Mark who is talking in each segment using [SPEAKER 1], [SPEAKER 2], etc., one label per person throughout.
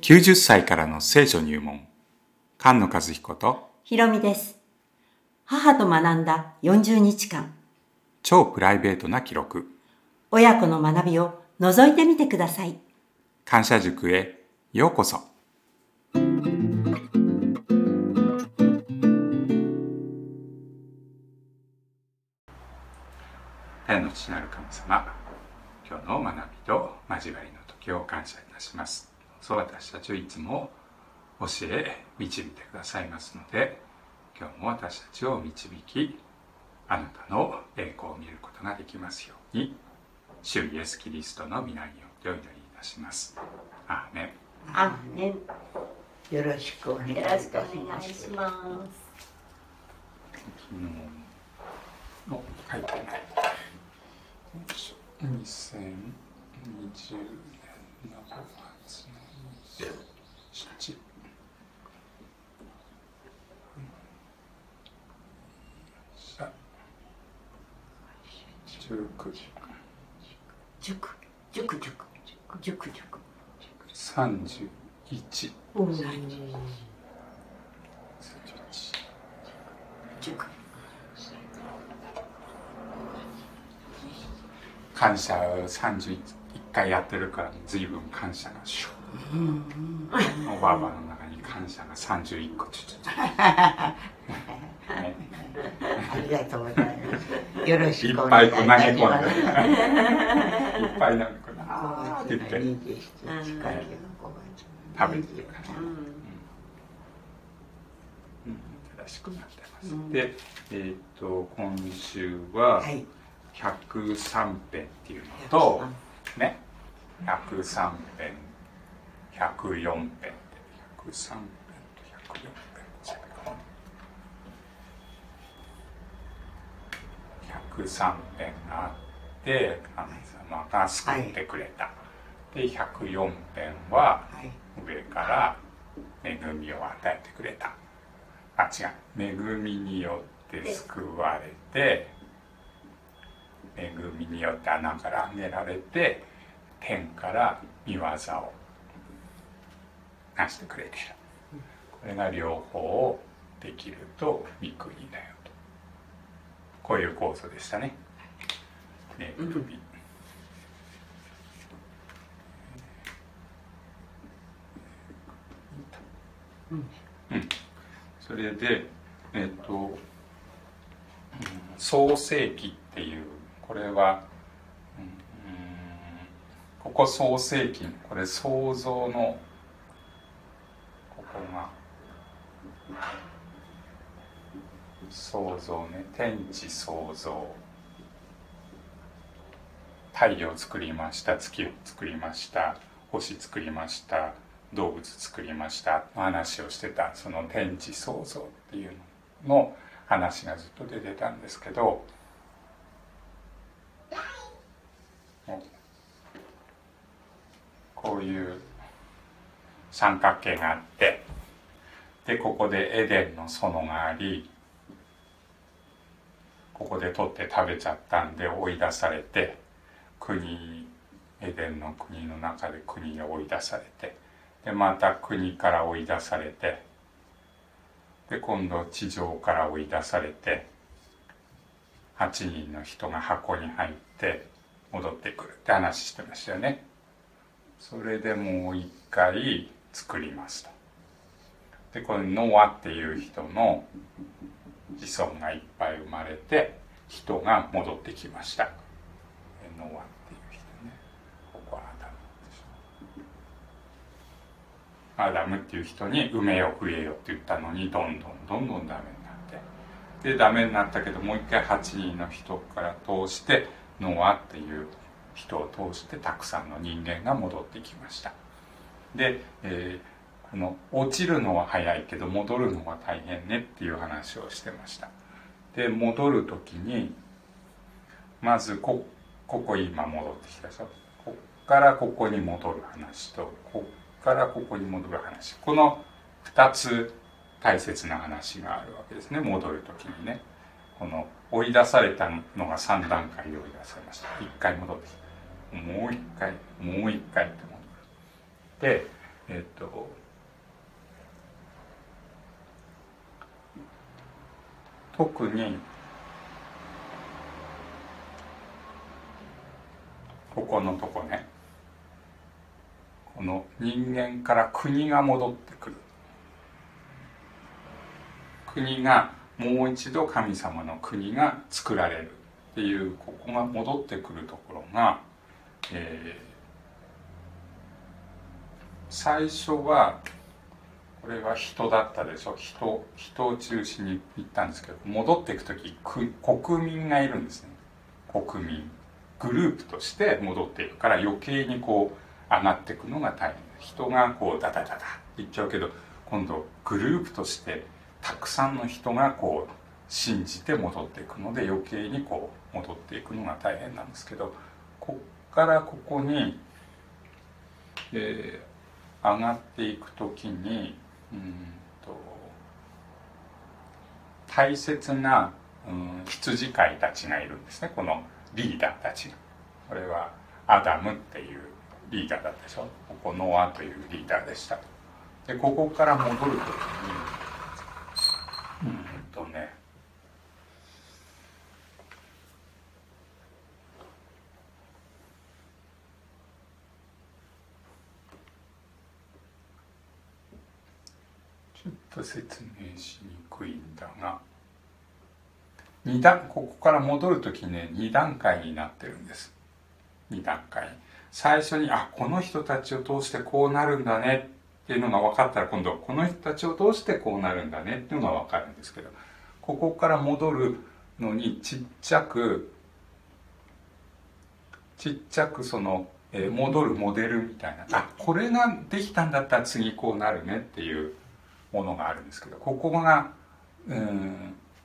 [SPEAKER 1] 90歳からの聖書入門菅野和彦と
[SPEAKER 2] ひろみです。母と学んだ40日間、
[SPEAKER 1] 超プライベートな記録
[SPEAKER 2] 親子の学びを覗いてみてください。
[SPEAKER 1] 感謝塾へようこそ天の父なる神様今日の学びと交わりの時を感謝いたしますそう私たちをいつも教え導いてくださいますので今日も私たちを導きあなたの栄光を見ることができますように主イエスキリストの皆によってお祈りいたしますアーメン
[SPEAKER 2] あ、ね、よ
[SPEAKER 3] よろしくお願いいたします。
[SPEAKER 2] します。
[SPEAKER 1] 昨日の書いてない2020年の5月の27あ19時
[SPEAKER 2] 塾、塾、塾、塾、塾。
[SPEAKER 1] 31
[SPEAKER 2] お塾。
[SPEAKER 1] 感謝を31回やってるから随分感謝がシュッおばあばの中に感謝が31個ちょっとね
[SPEAKER 3] ありがとうございます。よろ
[SPEAKER 1] い
[SPEAKER 3] し
[SPEAKER 1] っ
[SPEAKER 3] くお
[SPEAKER 1] ぱ
[SPEAKER 3] 願い
[SPEAKER 1] い
[SPEAKER 3] い
[SPEAKER 1] こ
[SPEAKER 3] た
[SPEAKER 1] う投
[SPEAKER 3] し
[SPEAKER 1] げ
[SPEAKER 3] ます。
[SPEAKER 1] 込んで いっぱい投げ込んであーって言って
[SPEAKER 3] 27日から5月
[SPEAKER 1] 食べてるからうん正しくなってます、でえーっと今週は
[SPEAKER 3] はい。
[SPEAKER 1] 103編っていうのと、ね103編104編103編と104編ちょっと待って103編があって神様が救ってくれた、で104編は
[SPEAKER 3] はい。
[SPEAKER 1] 上から恵みを与えてくれたあ違う恵みによって救われて恵みによって穴からあげられて天から見業をなしてくれているこれが両方できると御国だよとこういう構造でしたね恵み、それで、えっとうん創世記っていうこれは、うんうんここ創世記これ創造のここが創造ね天地創造太陽作りました月を作りました星作りました動物作りましたの話をしてたその天地創造っていうのの話がずっと出てたんですけどこういう三角形があってでここでエデンの園がありここで取って食べちゃったんで追い出されて国エデンの国の中で国に追い出されてでまた国から追い出されてで今度地上から追い出されて8人の人が箱に入って戻ってくるって話してましたよねそれでもう一回作りますとでこれノアっていう人の子孫がいっぱい生まれて人が戻ってきましたノアっていう人ねここはアダムでしょアダムっていう人に「埋めよ増えよ」って言ったのにどんどんどんどんダメになってでダメになったけどもう一回8人の人から通してノアっていう人を通してたくさんの人間が戻ってきましたで、えーこの落ちるのは早いけど戻るのは大変ねっていう話をしてましたで戻る時にまずこここ今戻ってきたでしょこっからここに戻る話とこっからここに戻る話この2つ大切な話があるわけですね戻る時にねこの追い出されたのが3段階で追い出されました1回戻ってきたもう1回もう1回って戻るで、ええっと特にここのとこねこの人間から国が戻ってくる国がもう一度神様の国が作られるっていうここが戻ってくるところが、えー最初はこれは人だったでしょ人人を中心に行ったんですけど戻っていく時く国民がいるんですね国民グループとして戻っていくから余計にこう上がっていくのが大変人がこうダダダダって言っちゃうけど今度グループとしてたくさんの人がこう信じて戻っていくので余計にこう戻っていくのが大変なんですけどこっからここに、えー上がっていく時にうーんと大切な、うん、羊飼いたちがいるんですねこのリーダーたちが。これはアダムっていうリーダーだったでしょここノアというリーダーでした。でここから戻る時にうーんとねちょっと説明しにくいんだが二段ここから戻る時ね2段階になってるんです2段階最初にあこの人たちを通してこうなるんだねっていうのが分かったら今度はこの人たちを通してこうなるんだねっていうのが分かるんですけどここから戻るのにちっちゃくちっちゃくその、えー戻るモデルみたいなあこれができたんだったら次こうなるねっていうものがあるんですけどここがうーん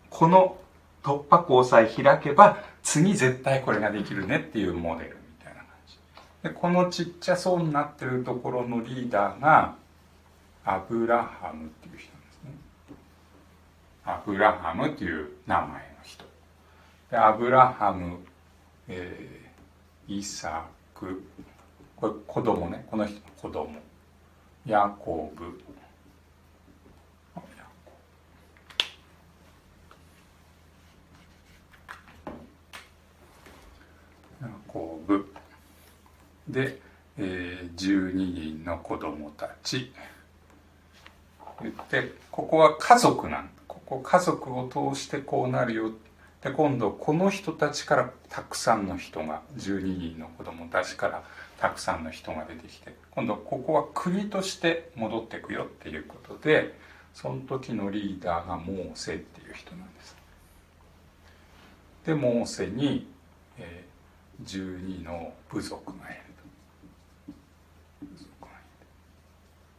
[SPEAKER 1] この突破口さえ開けば次絶対これができるねっていうモデルみたいな感じでこのちっちゃそうになってるところのリーダーがアブラハムっていう人なんですねアブラハムっていう名前の人でアブラハム、えーイサクこれ子供ねこの人の子供ヤコブあヤコブヤコブで、えー12人の子供たち言ってここは家族なんだここ家族を通してこうなるよで今度この人たちからたくさんの人が12人の子供たちからたくさんの人が出てきて今度ここは国として戻っていくよっていうことでその時のリーダーがモーセっていう人なんです。でモーセに、えー12の部族がいると部族が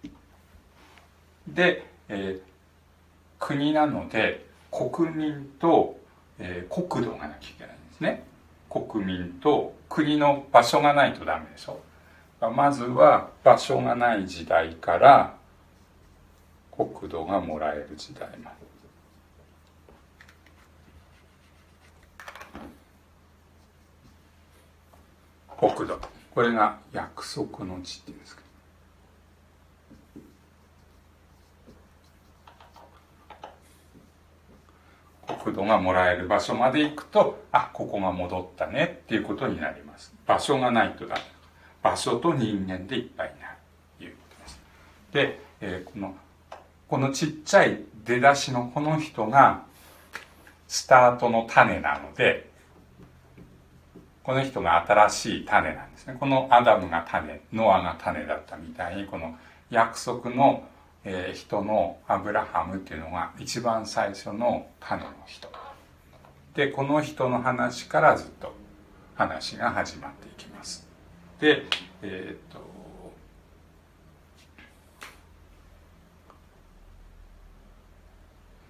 [SPEAKER 1] いるで、えー国なので国民と、えー国土がなきゃいけないんですね国民と国の場所がないとダメでしょまずは場所がない時代から国土がもらえる時代まで国土これが約束の地って言うんですけど国土がもらえる場所まで行くとあここが戻ったねっていうことになります場所がないとダメ場所と人間でいっぱいになるということですで、えーこのこのちっちゃい出だしのこの人がスタートの種なのでこの人が新しい種なんですねこのアダムが種ノアが種だったみたいにこの約束の、えー人のアブラハムっていうのが一番最初の種の人でこの人の話からずっと話が始まっていきますでえーっと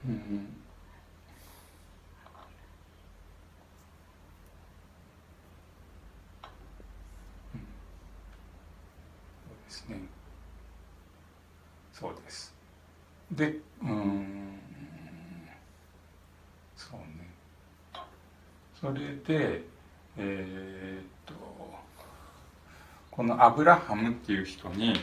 [SPEAKER 1] うんそうですね。そうです。で、うーん。そうね。それで、えーっと、このアブラハムっていう人に、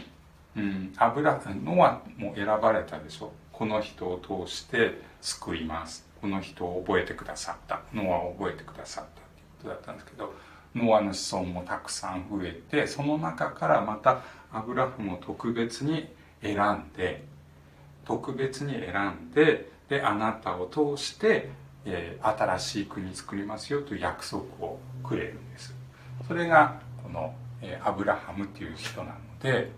[SPEAKER 1] うん、油ノアも選ばれたでしょこの人を通して救いますこの人を覚えてくださったノアを覚えてくださったっていうことだったんですけどノアの子孫もたくさん増えてその中からまたアブラハムを特別に選んで特別に選んでであなたを通して、えー新しい国作りますよという約束をくれるんですそれがこの、えーアブラハムという人なので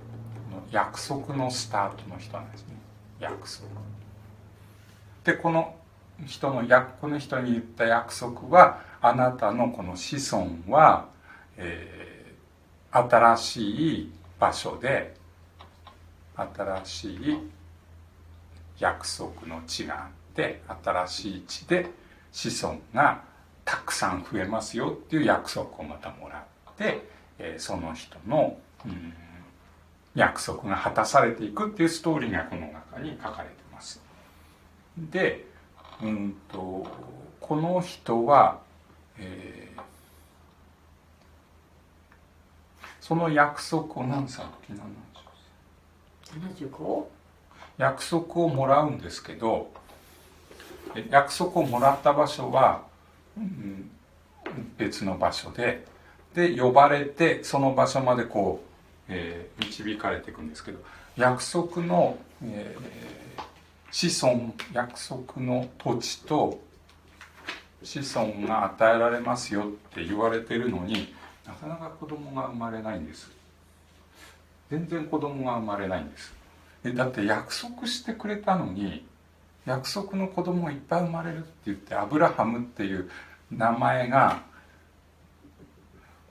[SPEAKER 1] この約束のスタートの人なんですね約束でこの人のやこの人に言った約束はあなたのこの子孫は、えー新しい場所で新しい約束の地があって新しい地で子孫がたくさん増えますよっていう約束をまたもらって、えーその人の、うん約束が果たされていくっていうストーリーがこの中に書かれてます。でうんとこの人は、えーその約束を何歳の時なんでしょう
[SPEAKER 3] 75
[SPEAKER 1] 約束をもらうんですけどえ約束をもらった場所は、うん別の場所でで呼ばれてその場所までこう、えー導かれていくんですけど約束の、えー子孫約束の土地と子孫が与えられますよって言われてるのになかなか子供が生まれないんです全然子供が生まれないんですえだって約束してくれたのに約束の子供がいっぱい生まれるって言ってアブラハムっていう名前が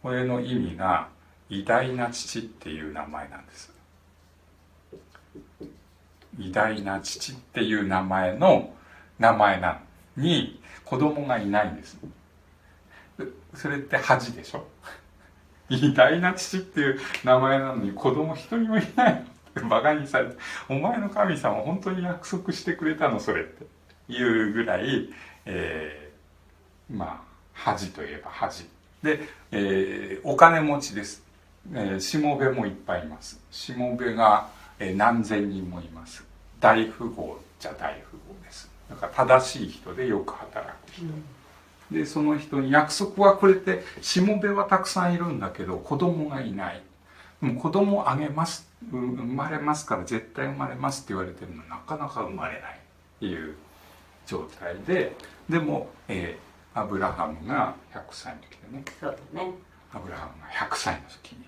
[SPEAKER 1] これの意味が偉大な父っていう名前なんです偉大な父っていう名前の名前なのに子供がいないんですでそれって恥でしょ偉大な父っていう名前なのに子供一人もいないバカにされて「お前の神様本当に約束してくれたのそれ」っていうぐらい、えーまあ恥といえば恥で、えーお金持ちです、えーしもべもいっぱいいますしもべが、えー何千人もいます大富豪じゃ大富豪ですだから正しい人でよく働く人、でその人に約束はくれてしもべはたくさんいるんだけど子供がいないでも子供あげますう生まれますから絶対生まれますって言われてるのになかなか生まれないっていう状態ででも、えーアブラハムが100歳の時でね
[SPEAKER 3] そうだね
[SPEAKER 1] アブラハムが100歳の時に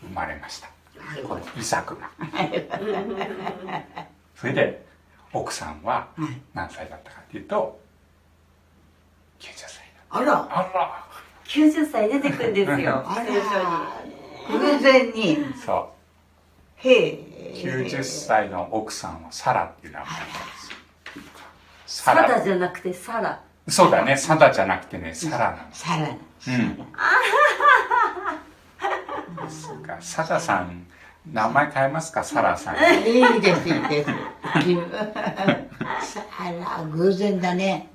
[SPEAKER 1] 生まれました
[SPEAKER 3] はい
[SPEAKER 1] このイサクがそれで奥さんは何歳だったかっていうと90歳だ
[SPEAKER 3] あら
[SPEAKER 1] あら
[SPEAKER 4] 90歳出てくんですよ
[SPEAKER 3] あ
[SPEAKER 4] 聖書
[SPEAKER 3] ら偶然に
[SPEAKER 1] そう
[SPEAKER 3] へえ
[SPEAKER 1] 90歳の奥さんはサラっていう名前なんですサ
[SPEAKER 4] サ
[SPEAKER 1] ラ
[SPEAKER 4] ダじゃなくてサラ
[SPEAKER 1] そうだねサダじゃなくてねサラなんです
[SPEAKER 3] さらに
[SPEAKER 1] そうかサダさん名前変えますかサラさん
[SPEAKER 3] いいですいいです自分さあら偶然だね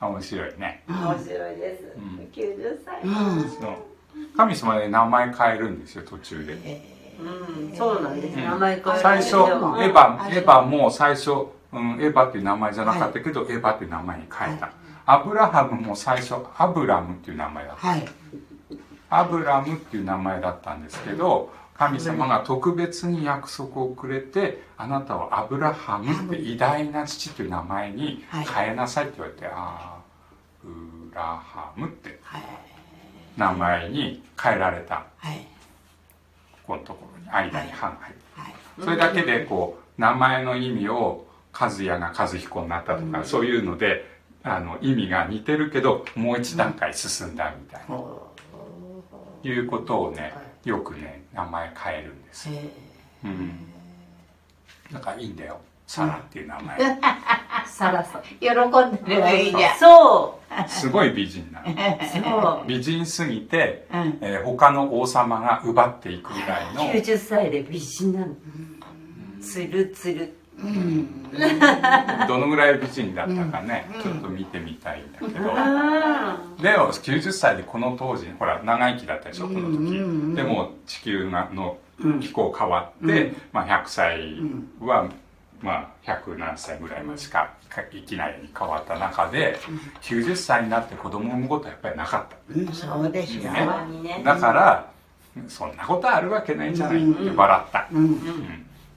[SPEAKER 1] 面白いね
[SPEAKER 4] 面白いです、
[SPEAKER 1] ん
[SPEAKER 4] 90歳
[SPEAKER 3] うん
[SPEAKER 1] そう神様で名前変えるんですよ途中で
[SPEAKER 4] うんそうなんです、
[SPEAKER 1] うん
[SPEAKER 4] 名前変え
[SPEAKER 1] 最初エ
[SPEAKER 4] う
[SPEAKER 3] も
[SPEAKER 4] ん
[SPEAKER 1] ヴ
[SPEAKER 3] あ
[SPEAKER 1] ァ
[SPEAKER 3] れ
[SPEAKER 1] エヴァも最初、うん、エヴァっていう名前じゃなかったけど、エヴァっていう名前に変えた、アブラハムも最初アブラムっていう名前だった
[SPEAKER 3] はい
[SPEAKER 1] アブラムっていう名前だったんですけど神様が特別に約束をくれてあなたをアブラハムって偉大な父という名前に変えなさいって言われて、アブラハムって
[SPEAKER 3] はい
[SPEAKER 1] 名前に変えられた
[SPEAKER 3] はい
[SPEAKER 1] このところに間に半が入る
[SPEAKER 3] はい
[SPEAKER 1] それだけでこう名前の意味を和也が和彦になったとか、そういうのであの意味が似てるけどもう一段階進んだみたいな、
[SPEAKER 3] お
[SPEAKER 1] いうことをねよくね名前変えるんです
[SPEAKER 3] ーへ
[SPEAKER 1] うんだからいいんだよサラっていう名前、
[SPEAKER 4] サラさん
[SPEAKER 3] え喜んでればいいじゃん
[SPEAKER 4] そ
[SPEAKER 1] すごい美人なの
[SPEAKER 4] うそう
[SPEAKER 1] 美人すぎて、
[SPEAKER 3] うん
[SPEAKER 1] えー他の王様が奪っていくぐらい の
[SPEAKER 4] 90歳で美人なのつるつる
[SPEAKER 1] どのぐらい美人だったかね、ちょっと見てみたいんだけど、
[SPEAKER 4] あ
[SPEAKER 1] でも90歳でこの当時ほら長生きだったでしょこの時、でも地球がの気候変わって、まあ、100歳は、まあ、100何歳ぐらいまでしか生きないに変わった中で、90歳になって子供を産むことはやっぱりなかった。
[SPEAKER 3] うん、そうですよ。
[SPEAKER 1] ね
[SPEAKER 4] にね
[SPEAKER 1] だから、そんなことあるわけないじゃないって笑った。
[SPEAKER 3] うん、
[SPEAKER 1] うん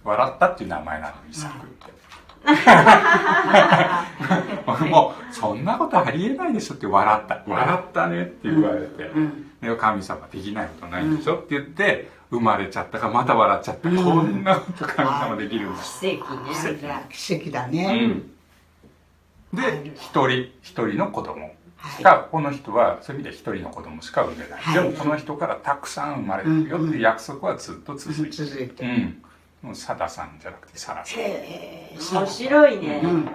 [SPEAKER 1] 笑ったっていう名前なの、イサク って。俺もう、そんなことありえないでしょって笑った。笑ったねって言われて。
[SPEAKER 3] うん、
[SPEAKER 1] で神様できないことないんでしょ、って言って、生まれちゃったからまた笑っちゃった。こんなこと神様できるんです。
[SPEAKER 4] 奇跡ね
[SPEAKER 3] それは奇跡だ
[SPEAKER 1] う
[SPEAKER 3] ね。
[SPEAKER 1] ん。で、一人、一人の子供
[SPEAKER 3] はい
[SPEAKER 1] が、この人は、そういう意味で一人の子供しか産めない。
[SPEAKER 3] はい
[SPEAKER 1] でも、この人からたくさん生まれるよっていう約束はずっと続いてる
[SPEAKER 3] 続いうて。
[SPEAKER 1] ん。もうサダさんじゃなくてサラさん。
[SPEAKER 3] へえ、
[SPEAKER 4] 面白いね、
[SPEAKER 3] うん、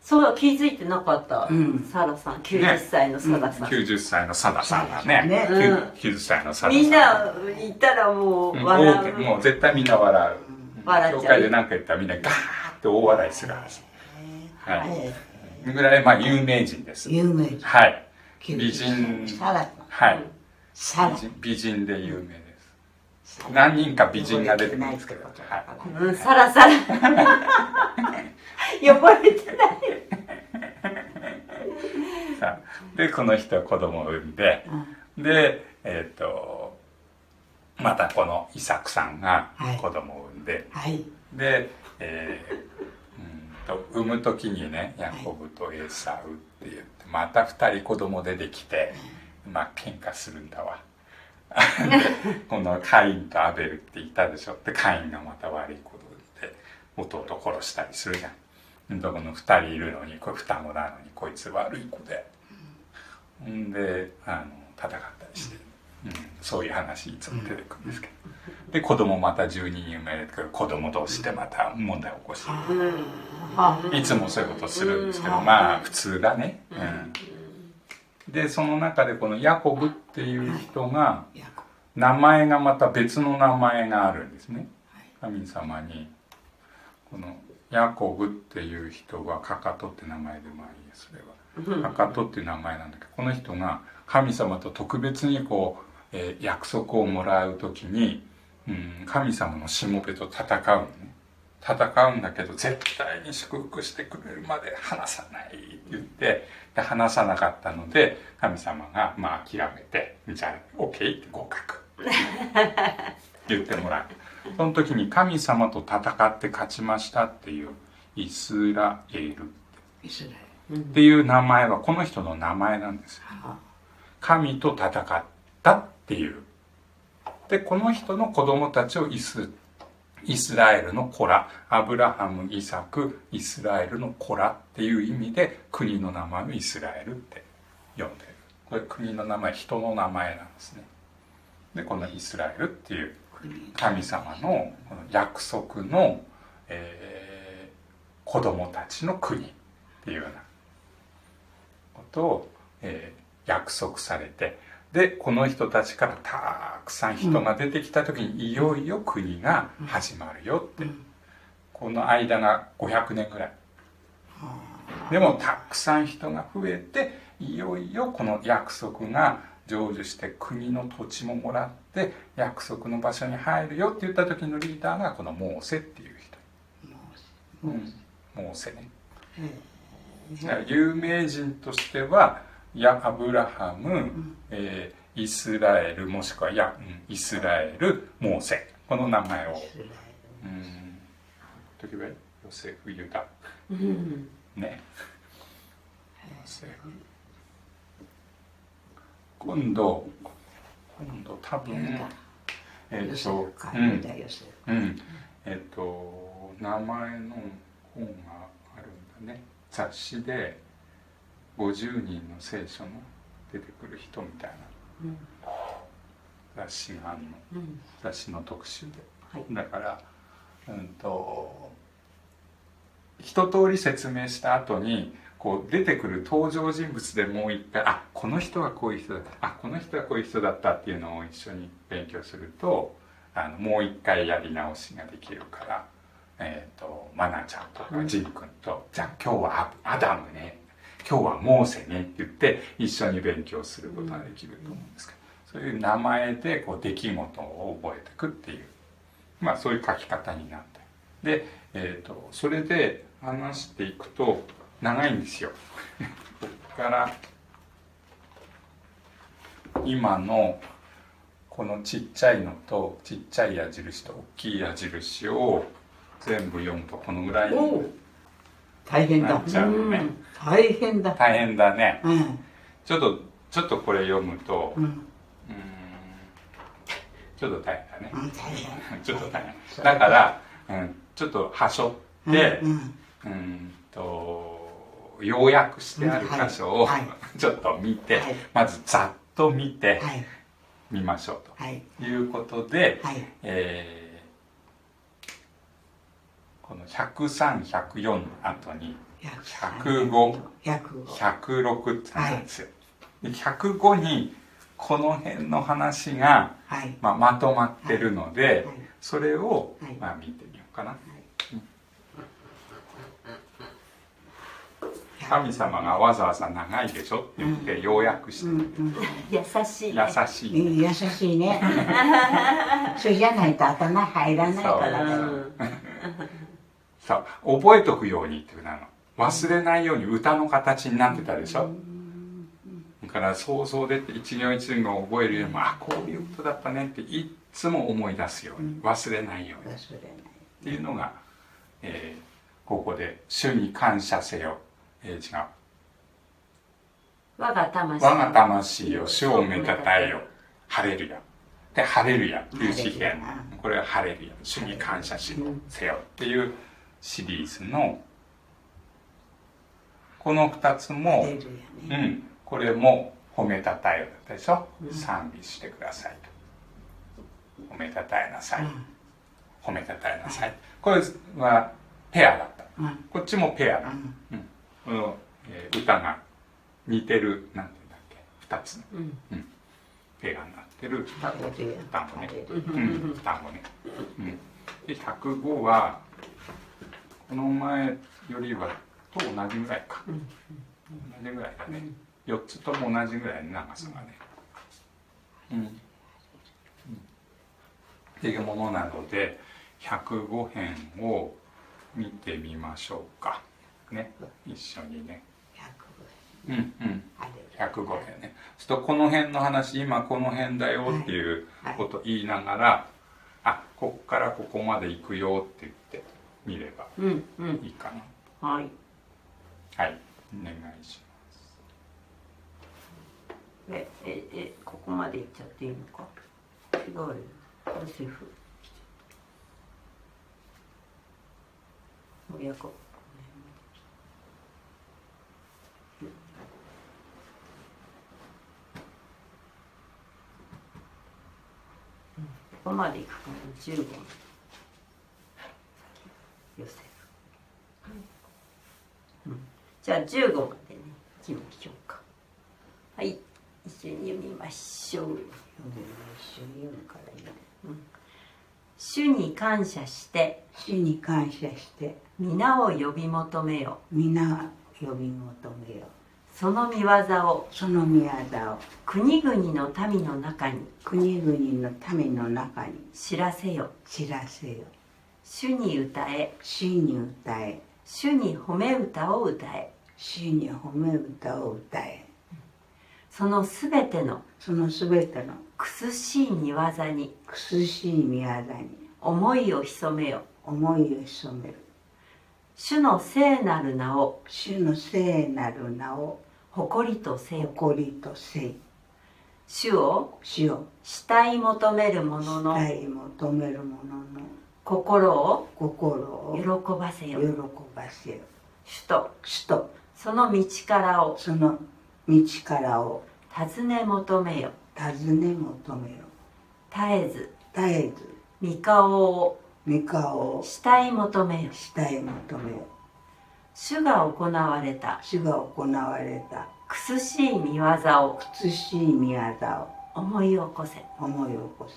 [SPEAKER 4] そう気づいてなかった、
[SPEAKER 3] うん
[SPEAKER 4] サラさん90歳のサラさん、
[SPEAKER 1] 90歳のサダさんがね。
[SPEAKER 3] ね
[SPEAKER 1] 90 90歳のサダさん。
[SPEAKER 4] みんな行ったらもう
[SPEAKER 1] うん
[SPEAKER 4] 笑う、
[SPEAKER 1] 大もう絶対みんな笑う。
[SPEAKER 4] 笑っちゃう
[SPEAKER 1] 教会で何か言ったらみんなガーッて大笑いするはず。はい。
[SPEAKER 3] え
[SPEAKER 1] ぐらい、まあ、有名人です
[SPEAKER 3] え、。有名人。
[SPEAKER 1] はい。美人。
[SPEAKER 3] さら、
[SPEAKER 1] はい。
[SPEAKER 3] さ
[SPEAKER 1] 美
[SPEAKER 3] ら。
[SPEAKER 1] 人美人で有名です。何人か美人が出てくるんですけど。はい。
[SPEAKER 4] うん、サラサラ呼ばれてない
[SPEAKER 1] さあで、この人は子供を産んで、で、えっ、と、またこのイサクさんが
[SPEAKER 3] はい
[SPEAKER 1] 子供を産んで、
[SPEAKER 3] はい。
[SPEAKER 1] で、えーうんと産む時にねヤコブとエサウって言ってまた二人子供出てきてまあ喧嘩するんだわでこのカインとアベルっていたでしょでカインがまた悪いことで弟殺したりするじゃんでこの二人いるのにこれ双子なのにこいつ悪い子でほんであの戦ったりして、うん、そういう話いつも出てくるんですけどで子供また12人生まれてくる子供同士でまた問題を起こして
[SPEAKER 3] あ、
[SPEAKER 1] いつもそういうことするんですけどまあ普通だね、うん、でその中でこのヤコブっていう人が
[SPEAKER 3] いや、
[SPEAKER 1] 名前がまた別の名前があるんですね神様にこのヤコブっていう人はかかとって名前でまあいいやそれは。かかとっていう名前なんだけどこの人が神様と特別にこう、えー約束をもらう時に、うん、神様のしもべと戦うのね戦うんだけど絶対に祝福してくれるまで離さないって言ってで離さなかったので神様がまあ諦めてじゃあ OK って合 格言ってもらうその時に神様と戦って勝ちましたっていうイスラエル
[SPEAKER 3] イスラエル。
[SPEAKER 1] っていう名前はこの人の名前なんですよ
[SPEAKER 3] あ
[SPEAKER 1] 神と戦ったっていうでこの人の子供たちをイスイスラエルの子らアブラハムイサクイスラエルの子らっていう意味で国の名前をイスラエルって呼んでるこれ国の名前人の名前なんですねでこのイスラエルっていう
[SPEAKER 3] 国。
[SPEAKER 1] 神様のこの約束の、えー子供たちの国っていうようなことを、えー約束されてでこの人たちからたくさん人が出てきた時に、いよいよ国が始まるよって、この間が500年ぐらい。でもたくさん人が増えていよいよこの約束が成就して国の土地ももらって約束の場所に入るよって言った時のリーダーがこのモーセっていう人、うん、モーセねだから有名人としてはやアブラハム、えーイスラエルもしくはや、うんイスラエルモーセこの名前をうん時々ヨセフユダね今度今度多分え
[SPEAKER 3] ヨ
[SPEAKER 1] っ
[SPEAKER 3] セ
[SPEAKER 1] と
[SPEAKER 3] フか。
[SPEAKER 1] う
[SPEAKER 3] ユ
[SPEAKER 1] ん
[SPEAKER 3] ダヨセフ。
[SPEAKER 1] うんえっと名前の本があるんだね雑誌で50人の聖書の出てくる人みたいな雑誌があるの
[SPEAKER 4] うん
[SPEAKER 1] 雑誌の特集で
[SPEAKER 4] はい
[SPEAKER 1] だからうんと一通り説明した後にこう出てくる登場人物でもう一回あこの人はこういう人だったあこの人はこういう人だったっていうのを一緒に勉強するとあのもう一回やり直しができるから、えー、とマナちゃんとかジン君と「じゃあ今日はアアダムね今日はモーセね」って言って一緒に勉強することができると思うんですけど、そういう名前でこう出来事を覚えていくっていう。まあそういう書き方になってで、えー、とそれで話していくと長いんですよここから今のこのちっちゃいのとちっちゃい矢印と大きい矢印を全部読むとこのぐらいに
[SPEAKER 3] おう大変
[SPEAKER 1] な
[SPEAKER 3] だ
[SPEAKER 1] っ。ちゃうね
[SPEAKER 3] ん大変だ。
[SPEAKER 1] 大変だね
[SPEAKER 3] うん。
[SPEAKER 1] ちょっとちょっとこれ読むと
[SPEAKER 3] う
[SPEAKER 1] うん
[SPEAKER 3] ん。
[SPEAKER 1] ーんちょっと大変だね
[SPEAKER 3] うん大変。
[SPEAKER 1] ちょっと大変だから、うん、ちょっと端折って、
[SPEAKER 3] うんうん
[SPEAKER 1] うん、と要約してある箇所
[SPEAKER 3] うん
[SPEAKER 1] を
[SPEAKER 3] はい
[SPEAKER 1] ちょっと見て、
[SPEAKER 3] はい
[SPEAKER 1] まずざっと見て
[SPEAKER 3] はい。
[SPEAKER 1] みましょう
[SPEAKER 3] はい。
[SPEAKER 1] ということで、
[SPEAKER 3] はい。
[SPEAKER 1] えーこの103104の後に105
[SPEAKER 3] 105。
[SPEAKER 1] 106ってなんですよ、で105にこの辺の話が、
[SPEAKER 3] はい。
[SPEAKER 1] まあ、まとまってるので、
[SPEAKER 3] はい
[SPEAKER 1] それを、
[SPEAKER 3] はい
[SPEAKER 1] まあ見てみようかな、神様がわざわざ長いでしょって言って要約して、
[SPEAKER 3] うんうん
[SPEAKER 4] 優しい、
[SPEAKER 1] 優
[SPEAKER 4] ね。
[SPEAKER 1] しい、
[SPEAKER 3] 優しいね。それじゃないと頭入らないか
[SPEAKER 4] う
[SPEAKER 3] らね。
[SPEAKER 4] ん。
[SPEAKER 1] さあ覚えとくようにっていうなの忘れないように歌の形になってたでしょ、だから想像で一行一行を覚えるよりもあこういうことだったねっていっつも思い出すように、忘れないように
[SPEAKER 3] 忘れな
[SPEAKER 1] っ
[SPEAKER 3] い。
[SPEAKER 1] ていうのが、えーここで「主に感謝せよ」えー違う
[SPEAKER 4] 我が魂。
[SPEAKER 1] 我が魂を主をめたたえよ。ハレルヤ。で、ハレルヤっていう詩篇
[SPEAKER 3] ハレルヤ。
[SPEAKER 1] これはハレルヤ。主に感謝しせよっていうシリーズの、この二つも、
[SPEAKER 3] 出る
[SPEAKER 1] う
[SPEAKER 3] よね。
[SPEAKER 1] ん、これも褒めたたえよだったでしょ、賛美してくださいと。褒めたたえなさい。褒めたたえなさい。これはペアだった。
[SPEAKER 3] うん
[SPEAKER 1] こっちもペアだ。
[SPEAKER 3] ん
[SPEAKER 1] うんこの、えー歌が似てる、なんていうんだっけ、二つの
[SPEAKER 4] うん。
[SPEAKER 1] ペアになってる双子
[SPEAKER 3] 出るよ
[SPEAKER 1] 双子ね
[SPEAKER 3] 出。る
[SPEAKER 1] うん、双子ね。うん。で、105は、この前よりは、と同じぐらいか。同じぐらいだね。4つとも同じぐらいの長さがね。うん。うんっていうものなので、105編を見てみましょうか。ね。一緒にね。うんうん。105件ねちょっとこの辺の話今この辺だよっていうこと言いながら、あこっからここまで行くよって言って見れば
[SPEAKER 4] うん。うん。
[SPEAKER 1] いいかな
[SPEAKER 4] はい。
[SPEAKER 1] はいお願いし
[SPEAKER 4] え、え、え、ここまで行っちゃっていいのか。違うよ。ヨセフ。親子。ここまで行くから15分。ヨセフ。うんじゃあ15までね、行きましょうか。はい、一緒に読みましょう。読みましょう。読むからいいね。うん主に感謝して、
[SPEAKER 3] 主に感謝して、
[SPEAKER 4] 皆を呼び求めよ。
[SPEAKER 3] 皆を呼び求めよ。
[SPEAKER 4] その見業を
[SPEAKER 3] その宮沢を
[SPEAKER 4] 国々の民の中に
[SPEAKER 3] 国々の民の中に
[SPEAKER 4] 知らせよ。
[SPEAKER 3] 知らせよ。
[SPEAKER 4] 主に歌え、
[SPEAKER 3] 主に歌え、
[SPEAKER 4] 主に褒め歌を歌え。
[SPEAKER 3] 主に褒め歌を歌え。
[SPEAKER 4] そのすべての
[SPEAKER 3] そのすべての
[SPEAKER 4] 苦しい見業に
[SPEAKER 3] 苦しい宮沢に
[SPEAKER 4] 思いを潜めよ。
[SPEAKER 3] 思いを潜める。
[SPEAKER 4] 主の聖なる名を
[SPEAKER 3] 主の聖なる名を
[SPEAKER 4] 誇りとせよ。
[SPEAKER 3] 誇りとせい。
[SPEAKER 4] 主を
[SPEAKER 3] 主を
[SPEAKER 4] 死体求める者の
[SPEAKER 3] 慕い求める者の
[SPEAKER 4] 心を
[SPEAKER 3] 心を
[SPEAKER 4] 喜ばせ
[SPEAKER 3] 喜
[SPEAKER 4] よ
[SPEAKER 3] ばせよ。
[SPEAKER 4] 主と
[SPEAKER 3] 主と
[SPEAKER 4] その道からを
[SPEAKER 3] その道からを
[SPEAKER 4] 尋ね求めよ
[SPEAKER 3] 尋ね求めよ。
[SPEAKER 4] 絶えず
[SPEAKER 3] 絶えず、
[SPEAKER 4] 御顔を
[SPEAKER 3] 御顔を
[SPEAKER 4] 死体求めよ
[SPEAKER 3] 死体求めよ。
[SPEAKER 4] 主が行われた
[SPEAKER 3] 主が行われた
[SPEAKER 4] 苦しい見業を
[SPEAKER 3] 苦しい宮沢を
[SPEAKER 4] 思い起こせ
[SPEAKER 3] 思い起こせ。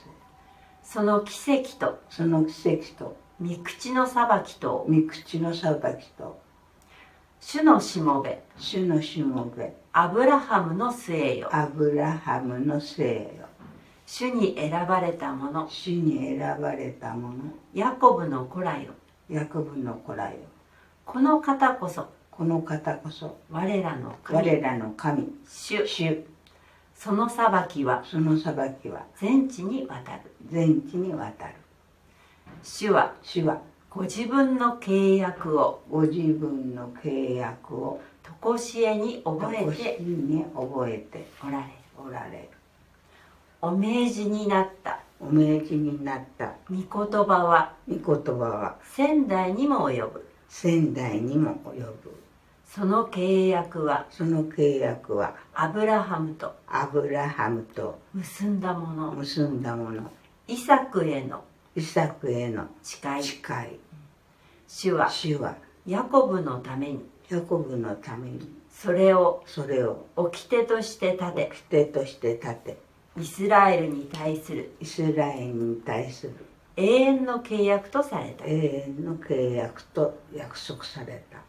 [SPEAKER 4] その奇跡と
[SPEAKER 3] その奇跡と、
[SPEAKER 4] 御口の裁きと
[SPEAKER 3] 御口の裁きと、
[SPEAKER 4] 主のしもべ
[SPEAKER 3] 主のしもべ、
[SPEAKER 4] アブラハムの末よ
[SPEAKER 3] アブラハムの生よ。
[SPEAKER 4] 主に選ばれたもの
[SPEAKER 3] 主に選ばれたもの
[SPEAKER 4] ヤコブの子らよ
[SPEAKER 3] ヤコブの子らよ
[SPEAKER 4] この方こそ
[SPEAKER 3] この方こそ
[SPEAKER 4] 我らの神
[SPEAKER 3] 我らの神
[SPEAKER 4] 主
[SPEAKER 3] 主
[SPEAKER 4] その裁きは
[SPEAKER 3] その裁きは
[SPEAKER 4] 全地にわたる
[SPEAKER 3] 全地にわたる
[SPEAKER 4] 主は
[SPEAKER 3] 主は
[SPEAKER 4] ご自分の契約を
[SPEAKER 3] ご自分の契約を
[SPEAKER 4] 常しえに覚えて
[SPEAKER 3] ご自身に覚えて
[SPEAKER 4] おられる
[SPEAKER 3] おられる
[SPEAKER 4] お命じになった
[SPEAKER 3] お命じになった
[SPEAKER 4] 御言葉は
[SPEAKER 3] 御言葉は
[SPEAKER 4] 仙台にも及ぶ
[SPEAKER 3] 仙台にも及ぶ
[SPEAKER 4] その契約は
[SPEAKER 3] その契約は
[SPEAKER 4] アブラハムと
[SPEAKER 3] アブラハムと
[SPEAKER 4] 結んだもの
[SPEAKER 3] 結んだもの
[SPEAKER 4] イサクへの
[SPEAKER 3] イサクへの
[SPEAKER 4] 誓い
[SPEAKER 3] 誓い
[SPEAKER 4] 主は
[SPEAKER 3] 主は
[SPEAKER 4] ヤコブのために
[SPEAKER 3] ヤコブのために
[SPEAKER 4] それを
[SPEAKER 3] それを
[SPEAKER 4] 掟として立て
[SPEAKER 3] 掟として立て
[SPEAKER 4] イスラエルに対する
[SPEAKER 3] イスラエルに対する
[SPEAKER 4] 永遠の契約とされた
[SPEAKER 3] 永遠の契約と約束された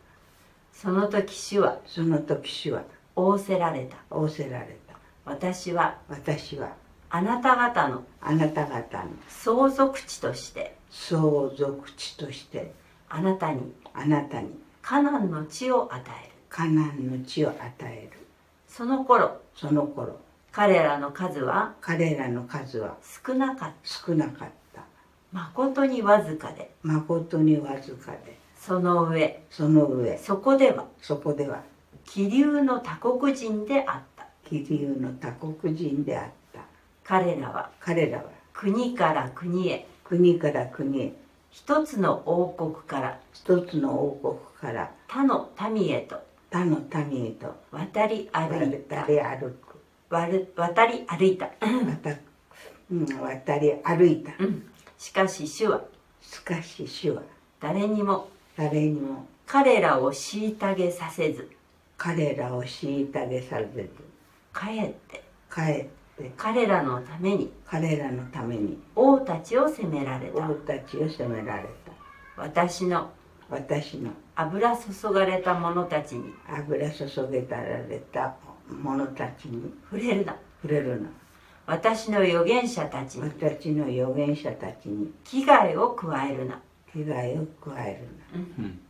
[SPEAKER 4] その時主は
[SPEAKER 3] その時主は
[SPEAKER 4] 仰せられた
[SPEAKER 3] 仰せられた
[SPEAKER 4] 私は
[SPEAKER 3] 私は
[SPEAKER 4] あなた方の
[SPEAKER 3] あなた方の
[SPEAKER 4] 相続地として
[SPEAKER 3] 相続地として
[SPEAKER 4] あなたに
[SPEAKER 3] あなたに
[SPEAKER 4] カナンの地を与える
[SPEAKER 3] カナンの地を与える
[SPEAKER 4] その頃
[SPEAKER 3] その頃
[SPEAKER 4] 彼らの数は
[SPEAKER 3] 彼らの数は
[SPEAKER 4] 少なかった
[SPEAKER 3] 少なかった
[SPEAKER 4] 誠にわずかで
[SPEAKER 3] 誠にわずかで
[SPEAKER 4] その上
[SPEAKER 3] その上
[SPEAKER 4] そこでは
[SPEAKER 3] そこでは
[SPEAKER 4] 気流の他国人であった
[SPEAKER 3] 桐生の他国人であった
[SPEAKER 4] 彼らは
[SPEAKER 3] 彼らは
[SPEAKER 4] 国から国へ
[SPEAKER 3] 国から国へ
[SPEAKER 4] 一つの王国から
[SPEAKER 3] 一つの王国から
[SPEAKER 4] 他の民へと
[SPEAKER 3] 他の民へと
[SPEAKER 4] 渡り歩
[SPEAKER 3] 渡
[SPEAKER 4] い
[SPEAKER 3] り
[SPEAKER 4] た
[SPEAKER 3] 歩く
[SPEAKER 4] わる渡り歩いた、
[SPEAKER 3] 渡,、うん、渡り歩いた
[SPEAKER 4] うんしかし主は
[SPEAKER 3] しかし主は
[SPEAKER 4] 誰にも
[SPEAKER 3] 誰にも
[SPEAKER 4] 彼らを虐げさせず
[SPEAKER 3] 彼らを虐げされず
[SPEAKER 4] かえって
[SPEAKER 3] 帰って
[SPEAKER 4] 彼らのために
[SPEAKER 3] 彼らのために
[SPEAKER 4] 王たちを責められた
[SPEAKER 3] 王たちを責められた
[SPEAKER 4] 私の
[SPEAKER 3] 私の
[SPEAKER 4] 油注がれた者たちに
[SPEAKER 3] 油注げたられた者たちに
[SPEAKER 4] 触れるな
[SPEAKER 3] 触れるの
[SPEAKER 4] 私の預言者たちに
[SPEAKER 3] 私の預言者たちに
[SPEAKER 4] 危害を加えるな
[SPEAKER 3] 危害を加える
[SPEAKER 1] うん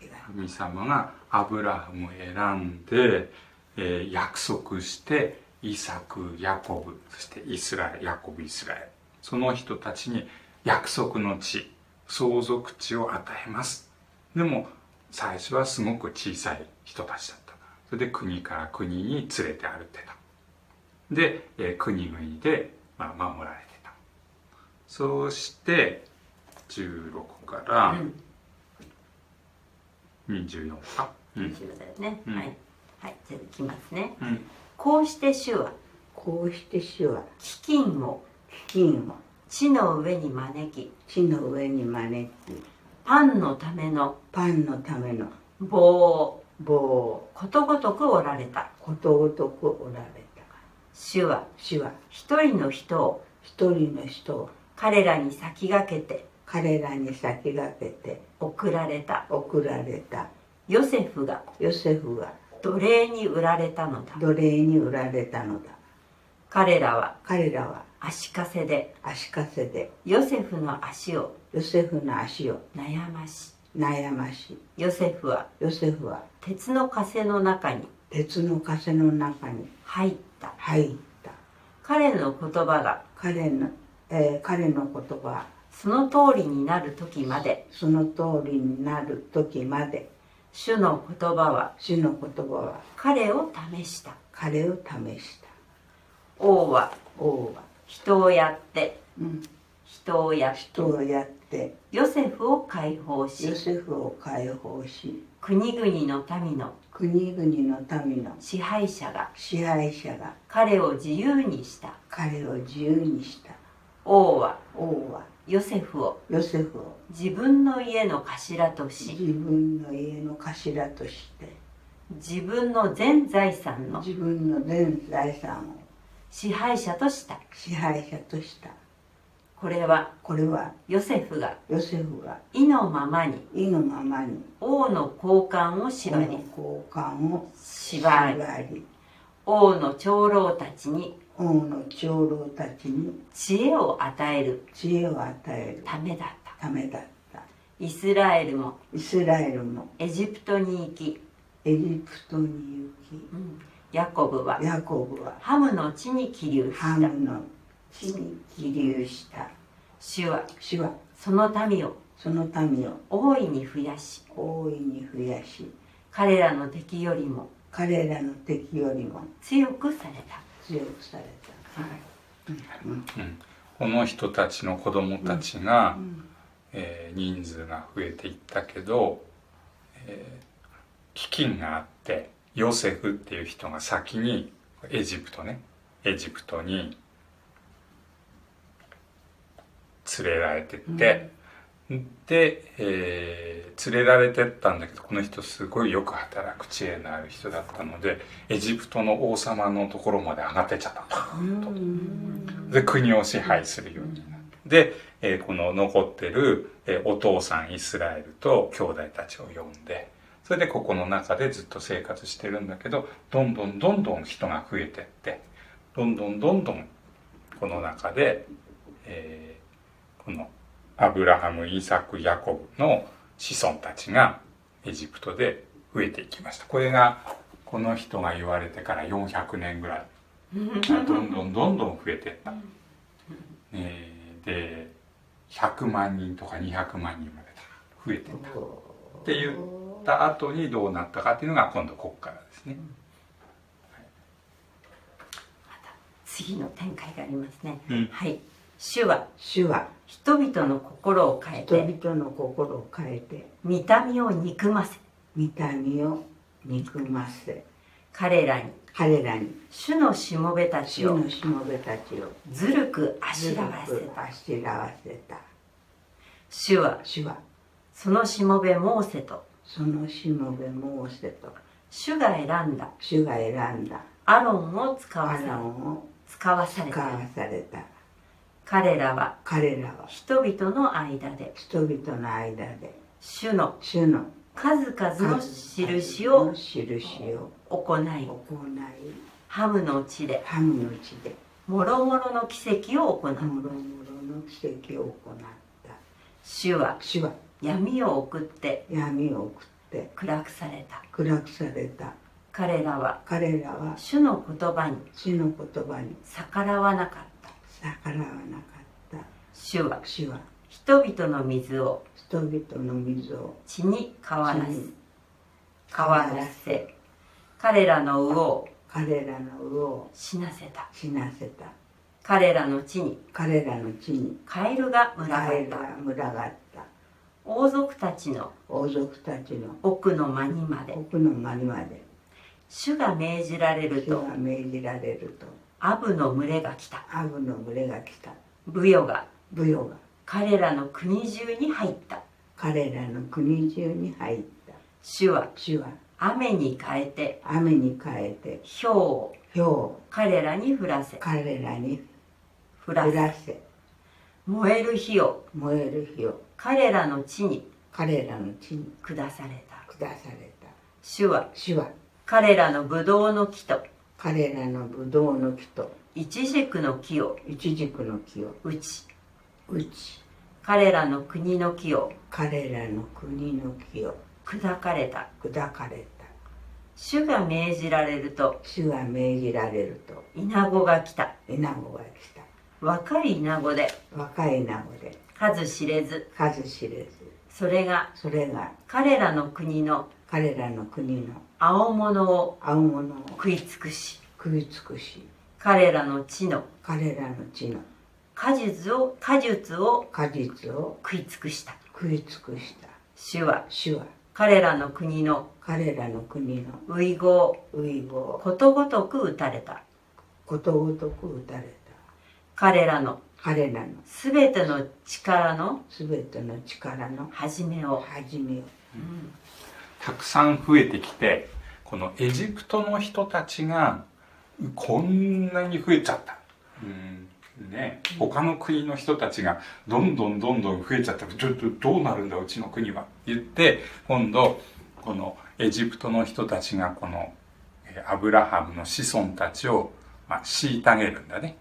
[SPEAKER 3] 危害
[SPEAKER 1] 神様がアブラハムを選んで、えー約束してイサクヤコブそしてイスラエルヤコブイスラエルその人たちに約束の地相続地を与えますでも最初はすごく小さい人たちだったそれで国から国に連れて歩いてたで、えー国々で、まあ、守られてたそうして16から
[SPEAKER 4] うん
[SPEAKER 1] 24か、うん
[SPEAKER 4] 後ろだよね、
[SPEAKER 1] うん
[SPEAKER 4] はい、はい、じゃあいきますね
[SPEAKER 1] うん
[SPEAKER 4] こうして主は
[SPEAKER 3] こうして主は
[SPEAKER 4] 飢饉を
[SPEAKER 3] 金を
[SPEAKER 4] 地の上に招き
[SPEAKER 3] 地の上に招き
[SPEAKER 4] パンのための
[SPEAKER 3] パンのための
[SPEAKER 4] 棒を
[SPEAKER 3] 棒を
[SPEAKER 4] ことごとく折られた
[SPEAKER 3] ことごとくおられた
[SPEAKER 4] 主は
[SPEAKER 3] 主は
[SPEAKER 4] 一人の人を
[SPEAKER 3] 一人の人を
[SPEAKER 4] 彼らに先駆けて
[SPEAKER 3] 彼らに先駆けて
[SPEAKER 4] 送られた
[SPEAKER 3] 送られた
[SPEAKER 4] ヨセフが
[SPEAKER 3] ヨセフは
[SPEAKER 4] 奴隷に売られたのだ
[SPEAKER 3] 奴隷に売られたのだ
[SPEAKER 4] 彼らは
[SPEAKER 3] 彼らは
[SPEAKER 4] 足かせで
[SPEAKER 3] 足かせで
[SPEAKER 4] ヨセフの足を
[SPEAKER 3] ヨセフの足を
[SPEAKER 4] 悩まし
[SPEAKER 3] 悩まし
[SPEAKER 4] ヨセフは
[SPEAKER 3] ヨセフは
[SPEAKER 4] 鉄の枷の中に
[SPEAKER 3] 鉄の枷の中に
[SPEAKER 4] 入った
[SPEAKER 3] 入った
[SPEAKER 4] 彼の言葉が
[SPEAKER 3] 彼の,、えー彼の言葉は
[SPEAKER 4] その通りになる時まで
[SPEAKER 3] その通りになる時まで
[SPEAKER 4] 主の言葉は
[SPEAKER 3] 主の言葉は
[SPEAKER 4] 彼を試した
[SPEAKER 3] 彼を試した
[SPEAKER 4] 王は
[SPEAKER 3] 王は、
[SPEAKER 4] 人をやって
[SPEAKER 3] うん、
[SPEAKER 4] 人をやって
[SPEAKER 3] 人をやって
[SPEAKER 4] ヨセフを解放し
[SPEAKER 3] ヨセフを解放し
[SPEAKER 4] 国々の民の
[SPEAKER 3] 国々の民の
[SPEAKER 4] 支配者が
[SPEAKER 3] 支配者が
[SPEAKER 4] 彼を自由にした
[SPEAKER 3] 彼を自由にした
[SPEAKER 4] 王は
[SPEAKER 3] 王は
[SPEAKER 4] ヨセフを
[SPEAKER 3] ヨセフを
[SPEAKER 4] 自分の家の頭とし
[SPEAKER 3] 自分の家の頭として
[SPEAKER 4] 自分の全財産の
[SPEAKER 3] 自分の全財産を
[SPEAKER 4] 支配者とした
[SPEAKER 3] 支配者とした
[SPEAKER 4] これは
[SPEAKER 3] これは
[SPEAKER 4] ヨセフが
[SPEAKER 3] ヨセフが
[SPEAKER 4] 意のままに
[SPEAKER 3] 意のままに
[SPEAKER 4] 王の交換を
[SPEAKER 3] 王
[SPEAKER 4] 縛
[SPEAKER 3] の
[SPEAKER 4] り
[SPEAKER 3] 交換を
[SPEAKER 4] 縛り
[SPEAKER 3] 縛り
[SPEAKER 4] 王の長老たちに
[SPEAKER 3] 王の長老たちに
[SPEAKER 4] 知恵を与える
[SPEAKER 3] 知恵を与える
[SPEAKER 4] ためだった
[SPEAKER 3] ためだった
[SPEAKER 4] イスラエルも
[SPEAKER 3] イスラエルも
[SPEAKER 4] エジプトに行き、
[SPEAKER 3] エジプトに行
[SPEAKER 4] ヤコブは
[SPEAKER 3] きヤコブは
[SPEAKER 4] ハムの地に起立
[SPEAKER 3] ハ
[SPEAKER 4] した
[SPEAKER 3] ムの地に起立した
[SPEAKER 4] 主は
[SPEAKER 3] 主は
[SPEAKER 4] その民を
[SPEAKER 3] その民を
[SPEAKER 4] 大いに増やし
[SPEAKER 3] 大いに増やし
[SPEAKER 4] 彼らの敵よりも
[SPEAKER 3] 彼らの敵よりも
[SPEAKER 4] 強くされた
[SPEAKER 3] 強くされた、
[SPEAKER 1] この人たちの子供たちが、
[SPEAKER 3] ん
[SPEAKER 1] えー人数が増えていったけど、えー飢饉があってヨセフっていう人が先にエジプトねエジプトに連れられてって、で、えー連れられてったんだけどこの人すごいよく働く知恵のある人だったのでエジプトの王様のところまで上がってっちゃったで国を支配するようになったで、えーこの残ってる、えーお父さんイスラエルと兄弟たちを呼んでそれでここの中でずっと生活してるんだけどどんどんどんどん人が増えてってどんどんどんどんこの中で、えーこのアブラハムイサクヤコブの子孫たちがエジプトで増えていきましたこれがこの人が言われてから400年ぐらいどんどんどんどん増えてった、えーで100万人とか200万人まで増えてったって言った後にどうなったかっていうのが今度ここからですね
[SPEAKER 4] 次の展開がありますね、
[SPEAKER 1] うん
[SPEAKER 4] はい主は
[SPEAKER 3] 主は
[SPEAKER 4] 人々の心を変え
[SPEAKER 3] 人
[SPEAKER 4] て
[SPEAKER 3] 々の心を変えて
[SPEAKER 4] 見た目を憎ませ
[SPEAKER 3] 見た目を憎ませ
[SPEAKER 4] 彼らに
[SPEAKER 3] 彼らに
[SPEAKER 4] 主のしもべた
[SPEAKER 3] 主
[SPEAKER 4] ちを
[SPEAKER 3] のしもべたちを
[SPEAKER 4] ずるくあし
[SPEAKER 3] ず
[SPEAKER 4] ら
[SPEAKER 3] ら
[SPEAKER 4] わせ
[SPEAKER 3] く
[SPEAKER 4] た
[SPEAKER 3] あしらわせた
[SPEAKER 4] 主は
[SPEAKER 3] 主は
[SPEAKER 4] そのしもべモーセと
[SPEAKER 3] そのしもべモーセと
[SPEAKER 4] 主が選んだ
[SPEAKER 3] 主が選んだ
[SPEAKER 4] アロンを使わ
[SPEAKER 3] ア
[SPEAKER 4] さ
[SPEAKER 3] ランを
[SPEAKER 4] 使わされ
[SPEAKER 3] 使
[SPEAKER 4] た
[SPEAKER 3] わされた
[SPEAKER 4] 彼らは
[SPEAKER 3] 彼らは
[SPEAKER 4] 人々の間で
[SPEAKER 3] 人々の間で
[SPEAKER 4] 主の
[SPEAKER 3] 主の
[SPEAKER 4] 数々の印を
[SPEAKER 3] 印を
[SPEAKER 4] 行い
[SPEAKER 3] 行い
[SPEAKER 4] ハムの地で
[SPEAKER 3] ハムの地で
[SPEAKER 4] もろもろの奇跡を行う
[SPEAKER 3] もろもろの奇跡を行った
[SPEAKER 4] 主は
[SPEAKER 3] 主は
[SPEAKER 4] 闇を送って
[SPEAKER 3] 闇を送って
[SPEAKER 4] 暗くされた
[SPEAKER 3] 暗くされた
[SPEAKER 4] 彼らは
[SPEAKER 3] 彼らは
[SPEAKER 4] 主の言葉に
[SPEAKER 3] 主の言葉に
[SPEAKER 4] 逆らわなかった
[SPEAKER 3] 逆らわなかった
[SPEAKER 4] 主は
[SPEAKER 3] 主は
[SPEAKER 4] 人々の水を
[SPEAKER 3] 人々の水を
[SPEAKER 4] 血に変わら
[SPEAKER 3] 地
[SPEAKER 4] せ
[SPEAKER 3] に
[SPEAKER 4] 変わらせ彼らの魚を
[SPEAKER 3] 彼らの魚を
[SPEAKER 4] 死なせた
[SPEAKER 3] 死なせた
[SPEAKER 4] 彼らの地に
[SPEAKER 3] 彼らの地に
[SPEAKER 4] カエルが群が
[SPEAKER 3] 彼
[SPEAKER 4] っ
[SPEAKER 3] ら
[SPEAKER 4] た
[SPEAKER 3] が群がった
[SPEAKER 4] 王族たちの
[SPEAKER 3] 王族たちの
[SPEAKER 4] 奥の間にまで
[SPEAKER 3] 奥の間にまで
[SPEAKER 4] 主が命じられる
[SPEAKER 3] 主
[SPEAKER 4] と
[SPEAKER 3] が命じられると
[SPEAKER 4] アブの群れが来た
[SPEAKER 3] アブの群れが来た
[SPEAKER 4] ブヨが
[SPEAKER 3] 武勇が
[SPEAKER 4] 彼らの国中に入った
[SPEAKER 3] 彼らの国中に入った
[SPEAKER 4] 主は
[SPEAKER 3] 主は
[SPEAKER 4] 雨に変えて
[SPEAKER 3] 雨に変えて
[SPEAKER 4] 雹を
[SPEAKER 3] 氷を
[SPEAKER 4] 彼らに降らせ
[SPEAKER 3] 彼らに
[SPEAKER 4] 降ら
[SPEAKER 3] 降
[SPEAKER 4] せ
[SPEAKER 3] らせ
[SPEAKER 4] 燃える火を
[SPEAKER 3] 燃える火を
[SPEAKER 4] 彼らの地に
[SPEAKER 3] 彼らの地に
[SPEAKER 4] 下され
[SPEAKER 3] 下
[SPEAKER 4] た
[SPEAKER 3] された
[SPEAKER 4] 主は
[SPEAKER 3] 主は
[SPEAKER 4] 彼らのブドウの木と
[SPEAKER 3] 彼らのブドウの木と
[SPEAKER 4] イチジクの木を
[SPEAKER 3] イチジクの木を
[SPEAKER 4] 打ち
[SPEAKER 3] 打ち
[SPEAKER 4] 彼らの国の木を
[SPEAKER 3] 彼らの国の木を
[SPEAKER 4] 砕かれた
[SPEAKER 3] 砕かれた
[SPEAKER 4] 主が命じられると
[SPEAKER 3] 主は命じられると
[SPEAKER 4] イナゴが来た
[SPEAKER 3] イナゴが来た
[SPEAKER 4] 若いイナゴで
[SPEAKER 3] 若いイナゴで
[SPEAKER 4] 数知れず
[SPEAKER 3] 数知れず
[SPEAKER 4] それが
[SPEAKER 3] それが
[SPEAKER 4] 彼らの国の
[SPEAKER 3] 彼らの国の
[SPEAKER 4] 青物を
[SPEAKER 3] 青物を
[SPEAKER 4] 食い尽くし
[SPEAKER 3] 食い尽くし
[SPEAKER 4] 彼らの地の
[SPEAKER 3] 彼らの地の
[SPEAKER 4] 果実を果実を
[SPEAKER 3] 果実を
[SPEAKER 4] 食い尽くした
[SPEAKER 3] 食い尽くした
[SPEAKER 4] 主は
[SPEAKER 3] 主は
[SPEAKER 4] 彼らの国の
[SPEAKER 3] 彼らの国の
[SPEAKER 4] ウイゴを
[SPEAKER 3] 遺語を
[SPEAKER 4] ことごとく打たれた
[SPEAKER 3] ことごとく打たれ
[SPEAKER 4] 彼らの
[SPEAKER 3] た彼らの
[SPEAKER 4] すべての力の
[SPEAKER 3] すべての力の
[SPEAKER 4] 始めを
[SPEAKER 3] 始めを
[SPEAKER 1] たくさん増えてきてこのエジプトの人たちがこんなに増えちゃった、うんね、他の国の人たちがどんどんどんどん増えちゃったちょっとどうなるんだうちの国はって言って今度このエジプトの人たちがこのえーアブラハムの子孫たちをまあ、虐げるんだね。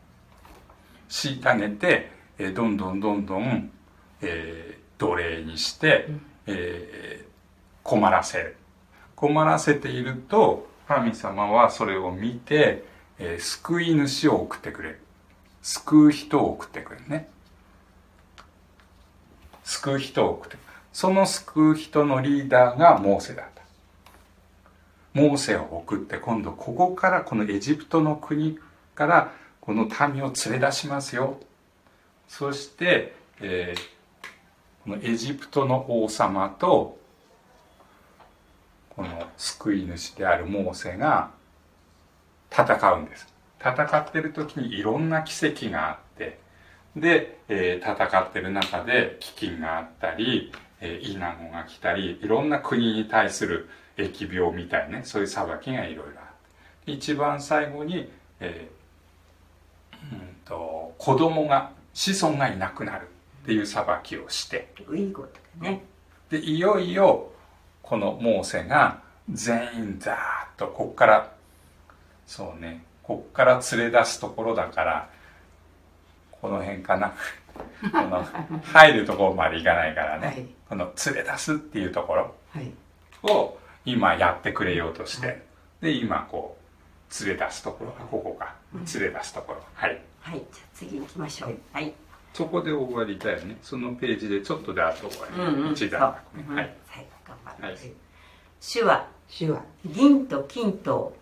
[SPEAKER 1] 虐げて、えーどんどんどんどん、えー奴隷にして、えー困らせる。困らせていると、神様はそれを見て、えー救い主を送ってくれる。救う人を送ってくれるね。救う人を送ってくるその救う人のリーダーがモーセだったモーセを送って今度ここからこのエジプトの国からこの民を連れ出しますよそして、えーこのエジプトの王様とこの救い主であるモーセが戦うんです戦ってる時にいろんな奇跡があってで、えー戦ってる中で飢饉があったり、えーイナゴが来たりいろんな国に対する疫病みたいねそういう裁きがいろいろあって一番最後に、えーうんと子供が子孫がいなくなるっていう裁きをして
[SPEAKER 4] いいことだね
[SPEAKER 1] でいよいよこのモーセが全員ザーッとこっからそうねこっから連れ出すところだからこの辺か なこの入るところまで行かないからね、
[SPEAKER 4] はい
[SPEAKER 1] この連れ出すっていうところ
[SPEAKER 4] はい
[SPEAKER 1] を今やってくれようとして、で今こう連れ出すところがここか連れ出すところはい
[SPEAKER 4] はいじゃあ次行きましょうはい
[SPEAKER 1] そこで終わりだよねそのページでちょっとであと終わり、一段落ね、
[SPEAKER 4] そう
[SPEAKER 1] はい
[SPEAKER 4] 最後頑張
[SPEAKER 1] は
[SPEAKER 4] る
[SPEAKER 1] い
[SPEAKER 4] 主は
[SPEAKER 3] 主は
[SPEAKER 4] 銀と金とを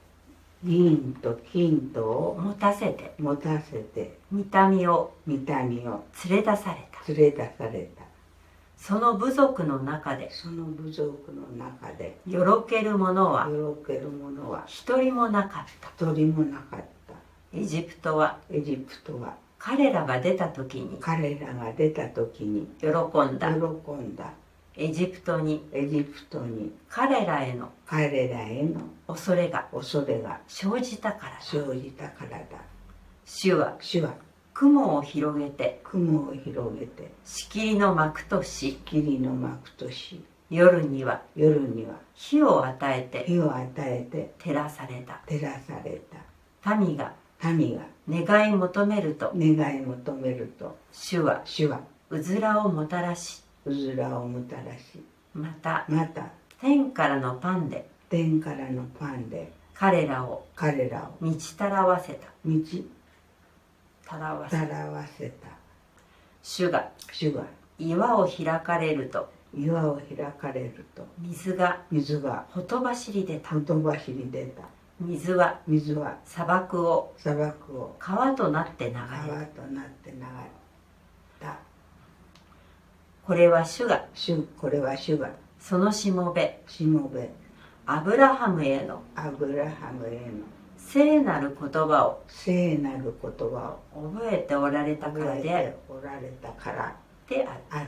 [SPEAKER 3] 銀と金とを
[SPEAKER 4] 持たせて
[SPEAKER 3] 持たせて
[SPEAKER 4] 御民を
[SPEAKER 3] 三谷を
[SPEAKER 4] 連れ出された
[SPEAKER 3] 連れ出された
[SPEAKER 4] その部族の中で
[SPEAKER 3] その部族の中で
[SPEAKER 4] よろける者は
[SPEAKER 3] よろける者は
[SPEAKER 4] 一人もなかった
[SPEAKER 3] 一人もなかった
[SPEAKER 4] エジプトは
[SPEAKER 3] エジプトは
[SPEAKER 4] 彼らが出た時に
[SPEAKER 3] 彼らが出た時に
[SPEAKER 4] 喜ん
[SPEAKER 3] 喜
[SPEAKER 4] だ
[SPEAKER 3] んだ
[SPEAKER 4] エジプトに
[SPEAKER 3] エジプトに
[SPEAKER 4] 彼らへの
[SPEAKER 3] 彼らへの
[SPEAKER 4] 恐れが
[SPEAKER 3] 恐れが
[SPEAKER 4] 生じたからだ
[SPEAKER 3] 生じたからだ
[SPEAKER 4] 主は
[SPEAKER 3] 主は
[SPEAKER 4] 雲を広げて
[SPEAKER 3] 雲を広げて
[SPEAKER 4] 仕切りの幕とし
[SPEAKER 3] 霧の幕とし
[SPEAKER 4] 夜には
[SPEAKER 3] 夜には
[SPEAKER 4] 火を与えて
[SPEAKER 3] 火を与えて
[SPEAKER 4] 照らされ
[SPEAKER 3] 照らされ
[SPEAKER 4] た民が
[SPEAKER 3] た民が
[SPEAKER 4] 願い求めると
[SPEAKER 3] 願い求めると
[SPEAKER 4] 主は
[SPEAKER 3] 主は
[SPEAKER 4] うずらをもたらし
[SPEAKER 3] うずらをもたらし
[SPEAKER 4] また
[SPEAKER 3] また
[SPEAKER 4] 天からのパンで
[SPEAKER 3] 天からのパンで
[SPEAKER 4] 彼らを
[SPEAKER 3] 彼らを
[SPEAKER 4] 満ちたらわせた
[SPEAKER 3] 道
[SPEAKER 4] たらわせ
[SPEAKER 3] た
[SPEAKER 4] た
[SPEAKER 3] らわせた
[SPEAKER 4] 主が
[SPEAKER 3] 主は
[SPEAKER 4] 岩を開かれると
[SPEAKER 3] 岩を開かれると
[SPEAKER 4] 水が
[SPEAKER 3] 水が
[SPEAKER 4] ほとばしり出た
[SPEAKER 3] ほとばしり出た
[SPEAKER 4] 水は
[SPEAKER 3] 水は
[SPEAKER 4] 砂漠を
[SPEAKER 3] 砂漠を
[SPEAKER 4] 川となって流れ
[SPEAKER 3] 川
[SPEAKER 4] る
[SPEAKER 3] となって流れた
[SPEAKER 4] これは主が
[SPEAKER 3] 主これは主が
[SPEAKER 4] そのしもべ
[SPEAKER 3] しもべ
[SPEAKER 4] アブラハムへの
[SPEAKER 3] アブラハムへの
[SPEAKER 4] 聖なる言葉を
[SPEAKER 3] 聖なる言葉を
[SPEAKER 4] 覚えておられたからである
[SPEAKER 3] おられたから
[SPEAKER 4] である
[SPEAKER 3] ある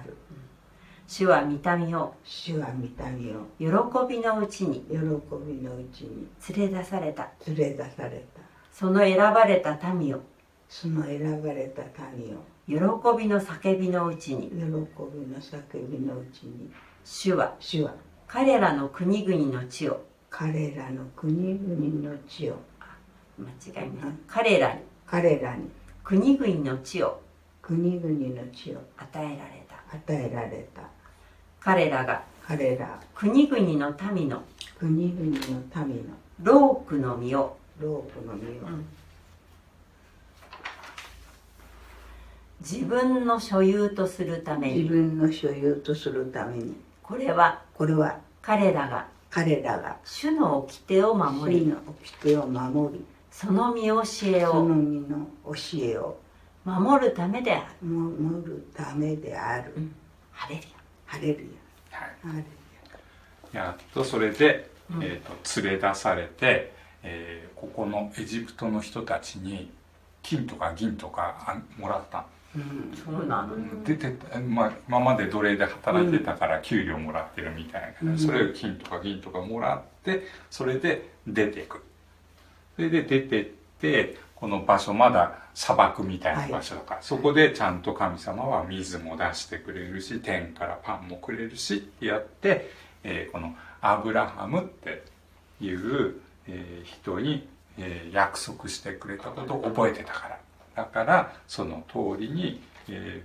[SPEAKER 4] 主は見た目を
[SPEAKER 3] 主は見た目を
[SPEAKER 4] 喜びのうちに
[SPEAKER 3] 喜びのうちに
[SPEAKER 4] 連れ出された
[SPEAKER 3] 連れ出された
[SPEAKER 4] その選ばれた民を
[SPEAKER 3] その選ばれた民を
[SPEAKER 4] 喜びの叫びのうちに
[SPEAKER 3] 喜びの叫びのうちに
[SPEAKER 4] 主は
[SPEAKER 3] 主は
[SPEAKER 4] 彼らの国々の地を
[SPEAKER 3] 彼らの国々の地を
[SPEAKER 4] 間違いま
[SPEAKER 3] う
[SPEAKER 4] す
[SPEAKER 3] ん
[SPEAKER 4] 彼らに
[SPEAKER 3] 彼らに
[SPEAKER 4] 国々の地を
[SPEAKER 3] 国々の地を
[SPEAKER 4] 与えられた
[SPEAKER 3] 与えられた
[SPEAKER 4] 彼らが
[SPEAKER 3] 彼ら
[SPEAKER 4] 国々の民の
[SPEAKER 3] 国々の民の
[SPEAKER 4] ロークの実を
[SPEAKER 3] ロープの実を
[SPEAKER 4] 自分の所有とするため
[SPEAKER 3] 自
[SPEAKER 4] に
[SPEAKER 3] 分の所有とするために
[SPEAKER 4] これは
[SPEAKER 3] これは
[SPEAKER 4] 彼らが
[SPEAKER 3] 彼らが
[SPEAKER 4] 主の掟を守
[SPEAKER 3] 守
[SPEAKER 4] り
[SPEAKER 3] の掟を守り
[SPEAKER 4] その見教え
[SPEAKER 3] そ
[SPEAKER 4] を
[SPEAKER 3] の身の教えを
[SPEAKER 4] 守るためである
[SPEAKER 3] 守るためである、
[SPEAKER 4] ハレル
[SPEAKER 3] ハレ
[SPEAKER 1] は
[SPEAKER 3] ル
[SPEAKER 1] い
[SPEAKER 3] ヤハレル
[SPEAKER 1] やっとそれで、えー、と連れ出されて、えーここのエジプトの人たちに金とか銀とかあもらった、
[SPEAKER 3] ヤ、うん
[SPEAKER 4] ヤそうなの
[SPEAKER 1] 出てったまあ、今まで奴隷で働いてたから給料もらってるみたいな感じで、それを金とか銀とかもらってそれで出てくそれで出てってこの場所まだ砂漠みたいな場所だから、そこでちゃんと神様は水も出してくれるし天からパンもくれるしってやって、えーこのアブラハムっていう、えー人に、ええー約束してくれたことを覚えてたからだからその通りに、え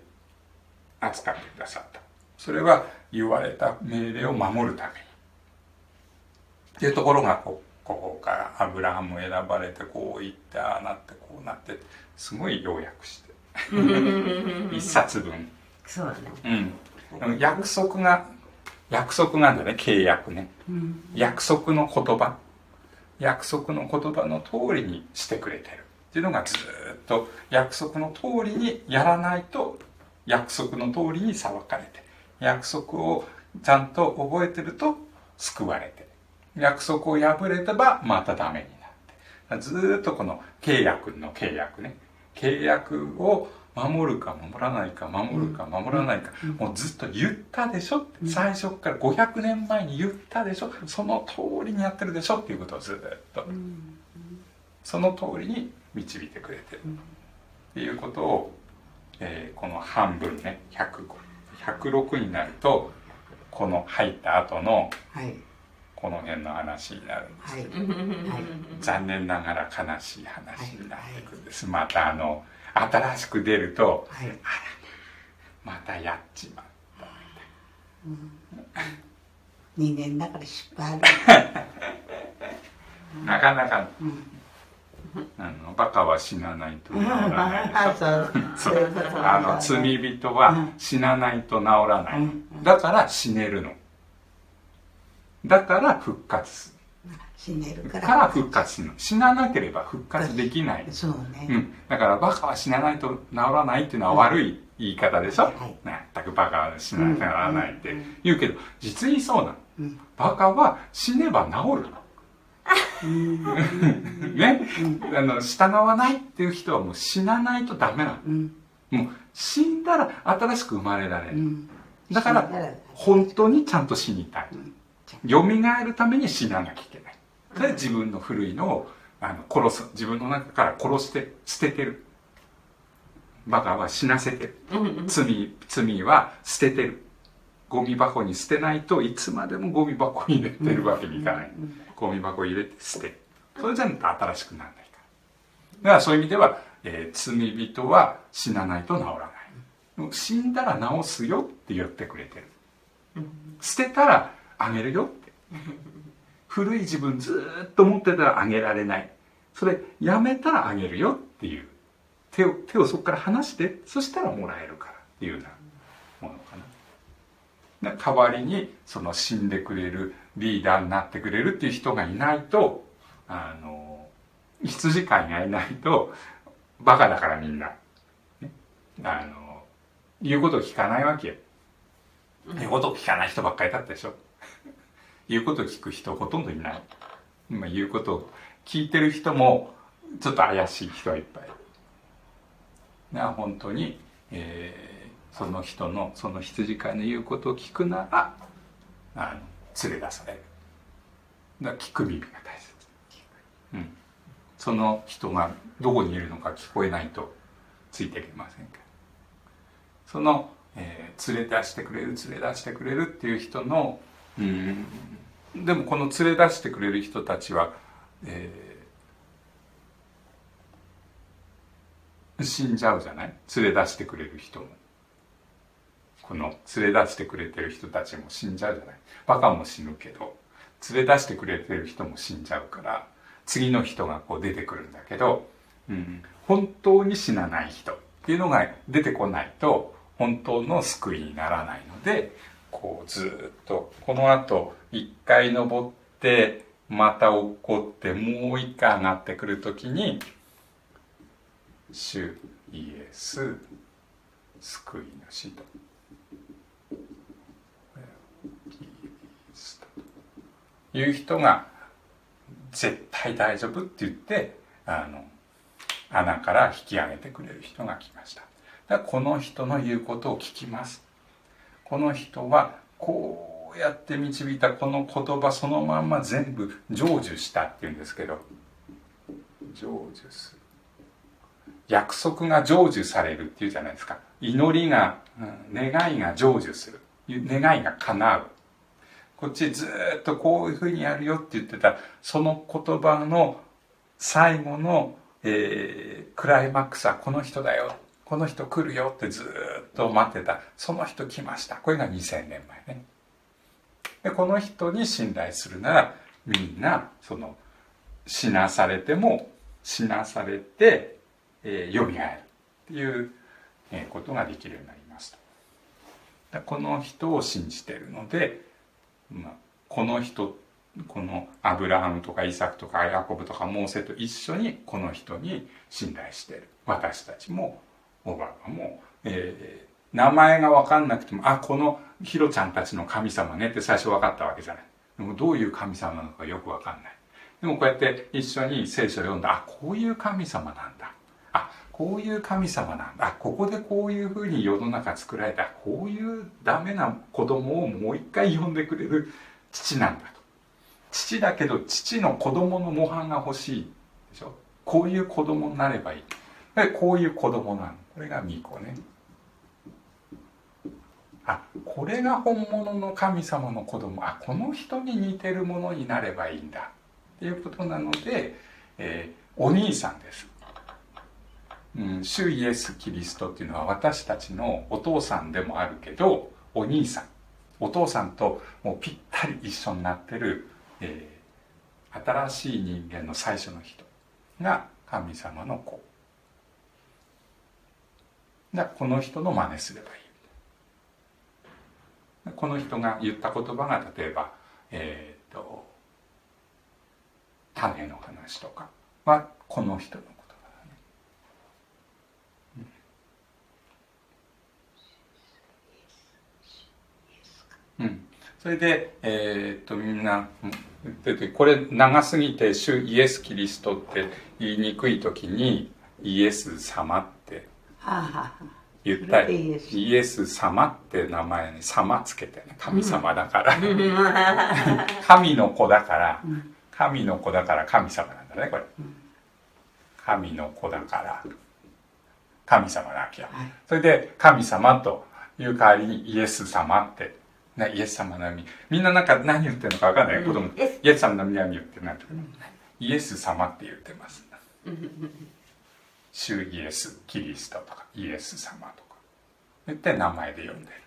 [SPEAKER 1] ー扱ってくださったそれは言われた命令を守るためにっていうところがこここからアブラハム選ばれてこう言ってああなってこうなってすごい要約して一冊分、
[SPEAKER 4] そうだね。
[SPEAKER 1] うん、約束が約束なんだね契約ね
[SPEAKER 4] うん。
[SPEAKER 1] 約束の言葉約束の言葉の通りにしてくれてるっていうのがずーっと約束の通りにやらないと約束の通りに裁かれて約束をちゃんと覚えてると救われて約束を破れたばまたダメになってずーっとこの契約の契約ね契約を守るか守らないか守るか守らないか、もうずっと言ったでしょ、って最初から500年前に言ったでしょその通りにやってるでしょっていうことをずーっと
[SPEAKER 4] うん。
[SPEAKER 1] その通りに導いてくれてるっていうことを、えーこの半分ね10506になるとこの入った後の
[SPEAKER 3] はい。
[SPEAKER 1] この辺の話になるんです、
[SPEAKER 3] はい。
[SPEAKER 1] 残念ながら悲しい話になってくるんです、またあの新しく出ると
[SPEAKER 3] はい。
[SPEAKER 1] またやっちまう
[SPEAKER 3] 人間だから失敗ある。
[SPEAKER 1] なかなか
[SPEAKER 3] うん
[SPEAKER 1] あのバカは死なないと治らないでしょ
[SPEAKER 3] あ、そう。
[SPEAKER 1] そう
[SPEAKER 3] そうそうそう
[SPEAKER 1] あの罪人は死なないと治らない、
[SPEAKER 3] うん
[SPEAKER 1] だから死ねるのだから復活す
[SPEAKER 3] 死んでる
[SPEAKER 1] る
[SPEAKER 3] か。
[SPEAKER 1] からら復活するの死ななければ復活できない、
[SPEAKER 3] そう
[SPEAKER 1] う
[SPEAKER 3] ね。
[SPEAKER 1] ん、だからバカは死なないと治らないっていうのは悪い言い方でしょ、
[SPEAKER 3] はい
[SPEAKER 1] 全くバカは死ななくならないって言うけど実にそうなの
[SPEAKER 3] うん。
[SPEAKER 1] バカは死ねば治るのね、あの従わないっていう人はもう死なないとダメな
[SPEAKER 3] うん。
[SPEAKER 1] のもう死んだら新しく生まれられ
[SPEAKER 3] う
[SPEAKER 1] る、
[SPEAKER 3] ん。
[SPEAKER 1] だから本当にちゃんと死にたい蘇るために死ななきゃいけないそれで自分の古いのをあの殺す自分の中から殺して捨ててるバカは死なせてる罪罪は捨ててるゴミ箱に捨てないといつまでもゴミ箱に入れてるわけにいかない、ゴミ箱入れて捨てるそれじゃ新しくならないからだからそういう意味では、えー罪人は死なないと治らないもう死んだら治すよって言ってくれてる捨てたらあげるよって古い自分ずーっと持ってたらあげられないそれやめたらあげるよっていう手を手をそこから離してそしたらもらえるからっていうようなものかなな代わりにその死んでくれるリーダーになってくれるっていう人がいないとあの羊飼いがいないとバカだからみんな、ねあの言うことを聞かないわけよ言うことを聞かない人ばっかりだったでしょ 言うことを聞く人ほとんどいない、まあ、言うことを聞いてる人もちょっと怪しい人はいっぱいいるな本当に、えーその人のその羊飼いの言うことを聞くならあの連れ出されるだから聞く耳が大切、うん、その人がどこにいるのか聞こえないとついていけませんからその、えー連れ出してくれる連れ出してくれるっていう人のうんでもこの連れ出してくれる人たちは、えー死んじゃうじゃない連れ出してくれる人もこの連れ出してくれてる人たちも死んじゃうじゃないバカも死ぬけど連れ出してくれてる人も死んじゃうから次の人がこう出てくるんだけど、うん、本当に死なない人っていうのが出てこないと本当の救いにならないのでこうずーっとこのあと一回登ってまた落っこってもう一回上がってくるときに「主イエス救い主」と。いう人が絶対大丈夫って言ってあの穴から引き上げてくれる人が来ましただからこの人の言うことを聞きますこの人はこうやって導いたこの言葉そのまんま全部成就したっていうんですけど成就する約束が成就されるっていうじゃないですか祈りが、うん願いが成就する願いが叶うこっちずーっとこういうふうにやるよって言ってたその言葉の最後の、えークライマックスはこの人だよこの人来るよってずーっと待ってたその人来ましたこれが2000年前ねでこの人に信頼するならみんなその死なされても死なされて、えー、蘇るっていう、えーことができるようになりますとだこの人を信じてるので、まあ、この人このアブラハムとかイサクとかヤコブとかモーセと一緒にこの人に信頼してる私たちもおばあも、えー名前が分かんなくてもあこのヒロちゃんたちの神様ねって最初分かったわけじゃないでもどういう神様なのかよく分かんないでもこうやって一緒に聖書を読んだあこういう神様なんだあこういう神様なんだあここでこういうふうに世の中作られたこういうダメな子供をもう一回呼んでくれる父なんだと父だけど父の子供の模範が欲しいでしょこういう子供になればいいでこういう子供なのこれが巫女ねあこれが本物の神様の子供あこの人に似てるものになればいいんだっていうことなので、えーお兄さんです、うん、主イエス・キリストっていうのは私たちのお父さんでもあるけどお兄さんお父さんともうぴったり一緒になってる、えー新しい人間の最初の人が神様の子だからこの人の真似すればいいこの人が言った言葉が例えば、えー、と種の話とかはこの人の言葉だねうん、それで、えーっとみんなうんででこれ長すぎて「主イエス・キリスト」って言いにくい時に「イエス様」って
[SPEAKER 4] はあはあ
[SPEAKER 1] 言った
[SPEAKER 3] それでイ
[SPEAKER 1] り
[SPEAKER 3] エス
[SPEAKER 1] イエス様って名前に「様」つけてね神様だから、 神の子だから、神の子だから神様なんだねこれ、神の子だから神様なわけよ、それで神様という代わりにイエス様って、ね、イエス様並みみんななんか何言ってるのか分かんない、子供
[SPEAKER 4] イエス
[SPEAKER 1] イエス様並み何言ってるなんて言うのイエス様って言ってます主イエスキリストとかイエス様とか言って名前で呼んでる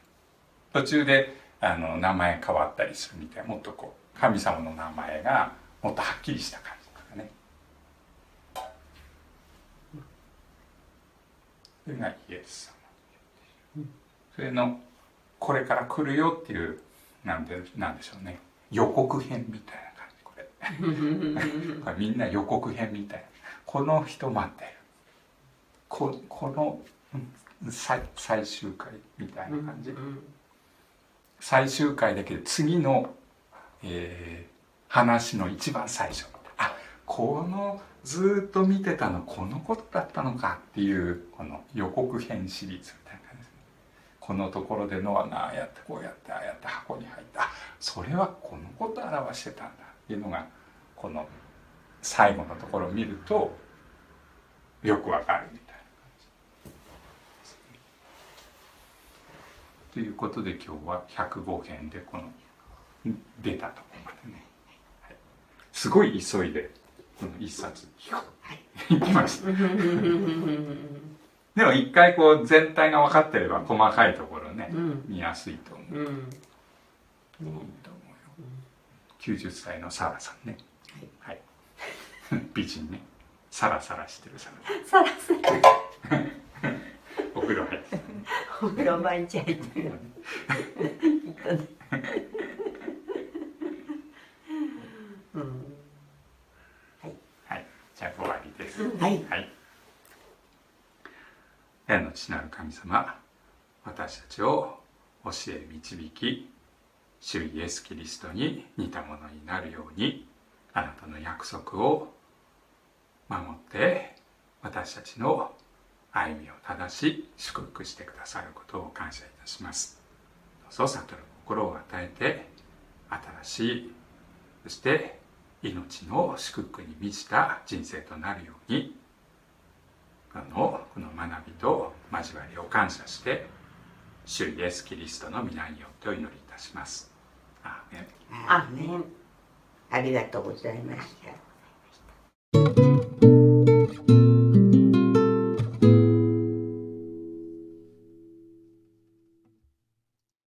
[SPEAKER 1] 途中であの名前変わったりするみたいなもっとこう神様の名前がもっとはっきりした感じとかねそれがイエス様それのこれから来るよっていうなんでなんでしょうね予告編みたいな感じこれ。これみんな予告編みたいなこの人待ってるここのうん最最終回みたいな感じ、最終回だけど次の、えー話の一番最初あこのずーっと見てたのこのことだったのかっていうこの予告編シリーズみたいな感じですねこのところでノアがああやってこうやってああやって箱に入ったあそれはこのことを表してたんだっていうのがこの最後のところを見るとよくわかるみたいな感じ。ということで今日は105編でこの出たところまでね、はいすごい急いでこの一冊行きました。でも一回こう全体が分かってれば細かいところね、
[SPEAKER 4] うん
[SPEAKER 1] 見やすいと思う。
[SPEAKER 4] う
[SPEAKER 1] い
[SPEAKER 4] ん
[SPEAKER 1] いと思うよ。90歳のサラさんね。はい。美人ね。サラサラしてるサラ。
[SPEAKER 4] さらさら
[SPEAKER 1] お風呂入って。
[SPEAKER 4] お風呂毎日入ってる
[SPEAKER 1] はい。じゃあ終わりです。
[SPEAKER 3] はい。
[SPEAKER 1] はい。天の父なる神様、私たちを教え導き、主イエスキリストに似たものになるように、あなたの約束を守って、私たちの歩みを正し、祝福してくださることを感謝いたします。どうぞ悟る心を与えて、新しい、そして命の祝福に満ちた人生となるように、あのこの学びと交わりを感謝して主イエスキリストの皆によってお祈りいたしますア
[SPEAKER 3] 啊
[SPEAKER 1] ーメン
[SPEAKER 4] あね
[SPEAKER 3] ありがとうございました。
[SPEAKER 4] う。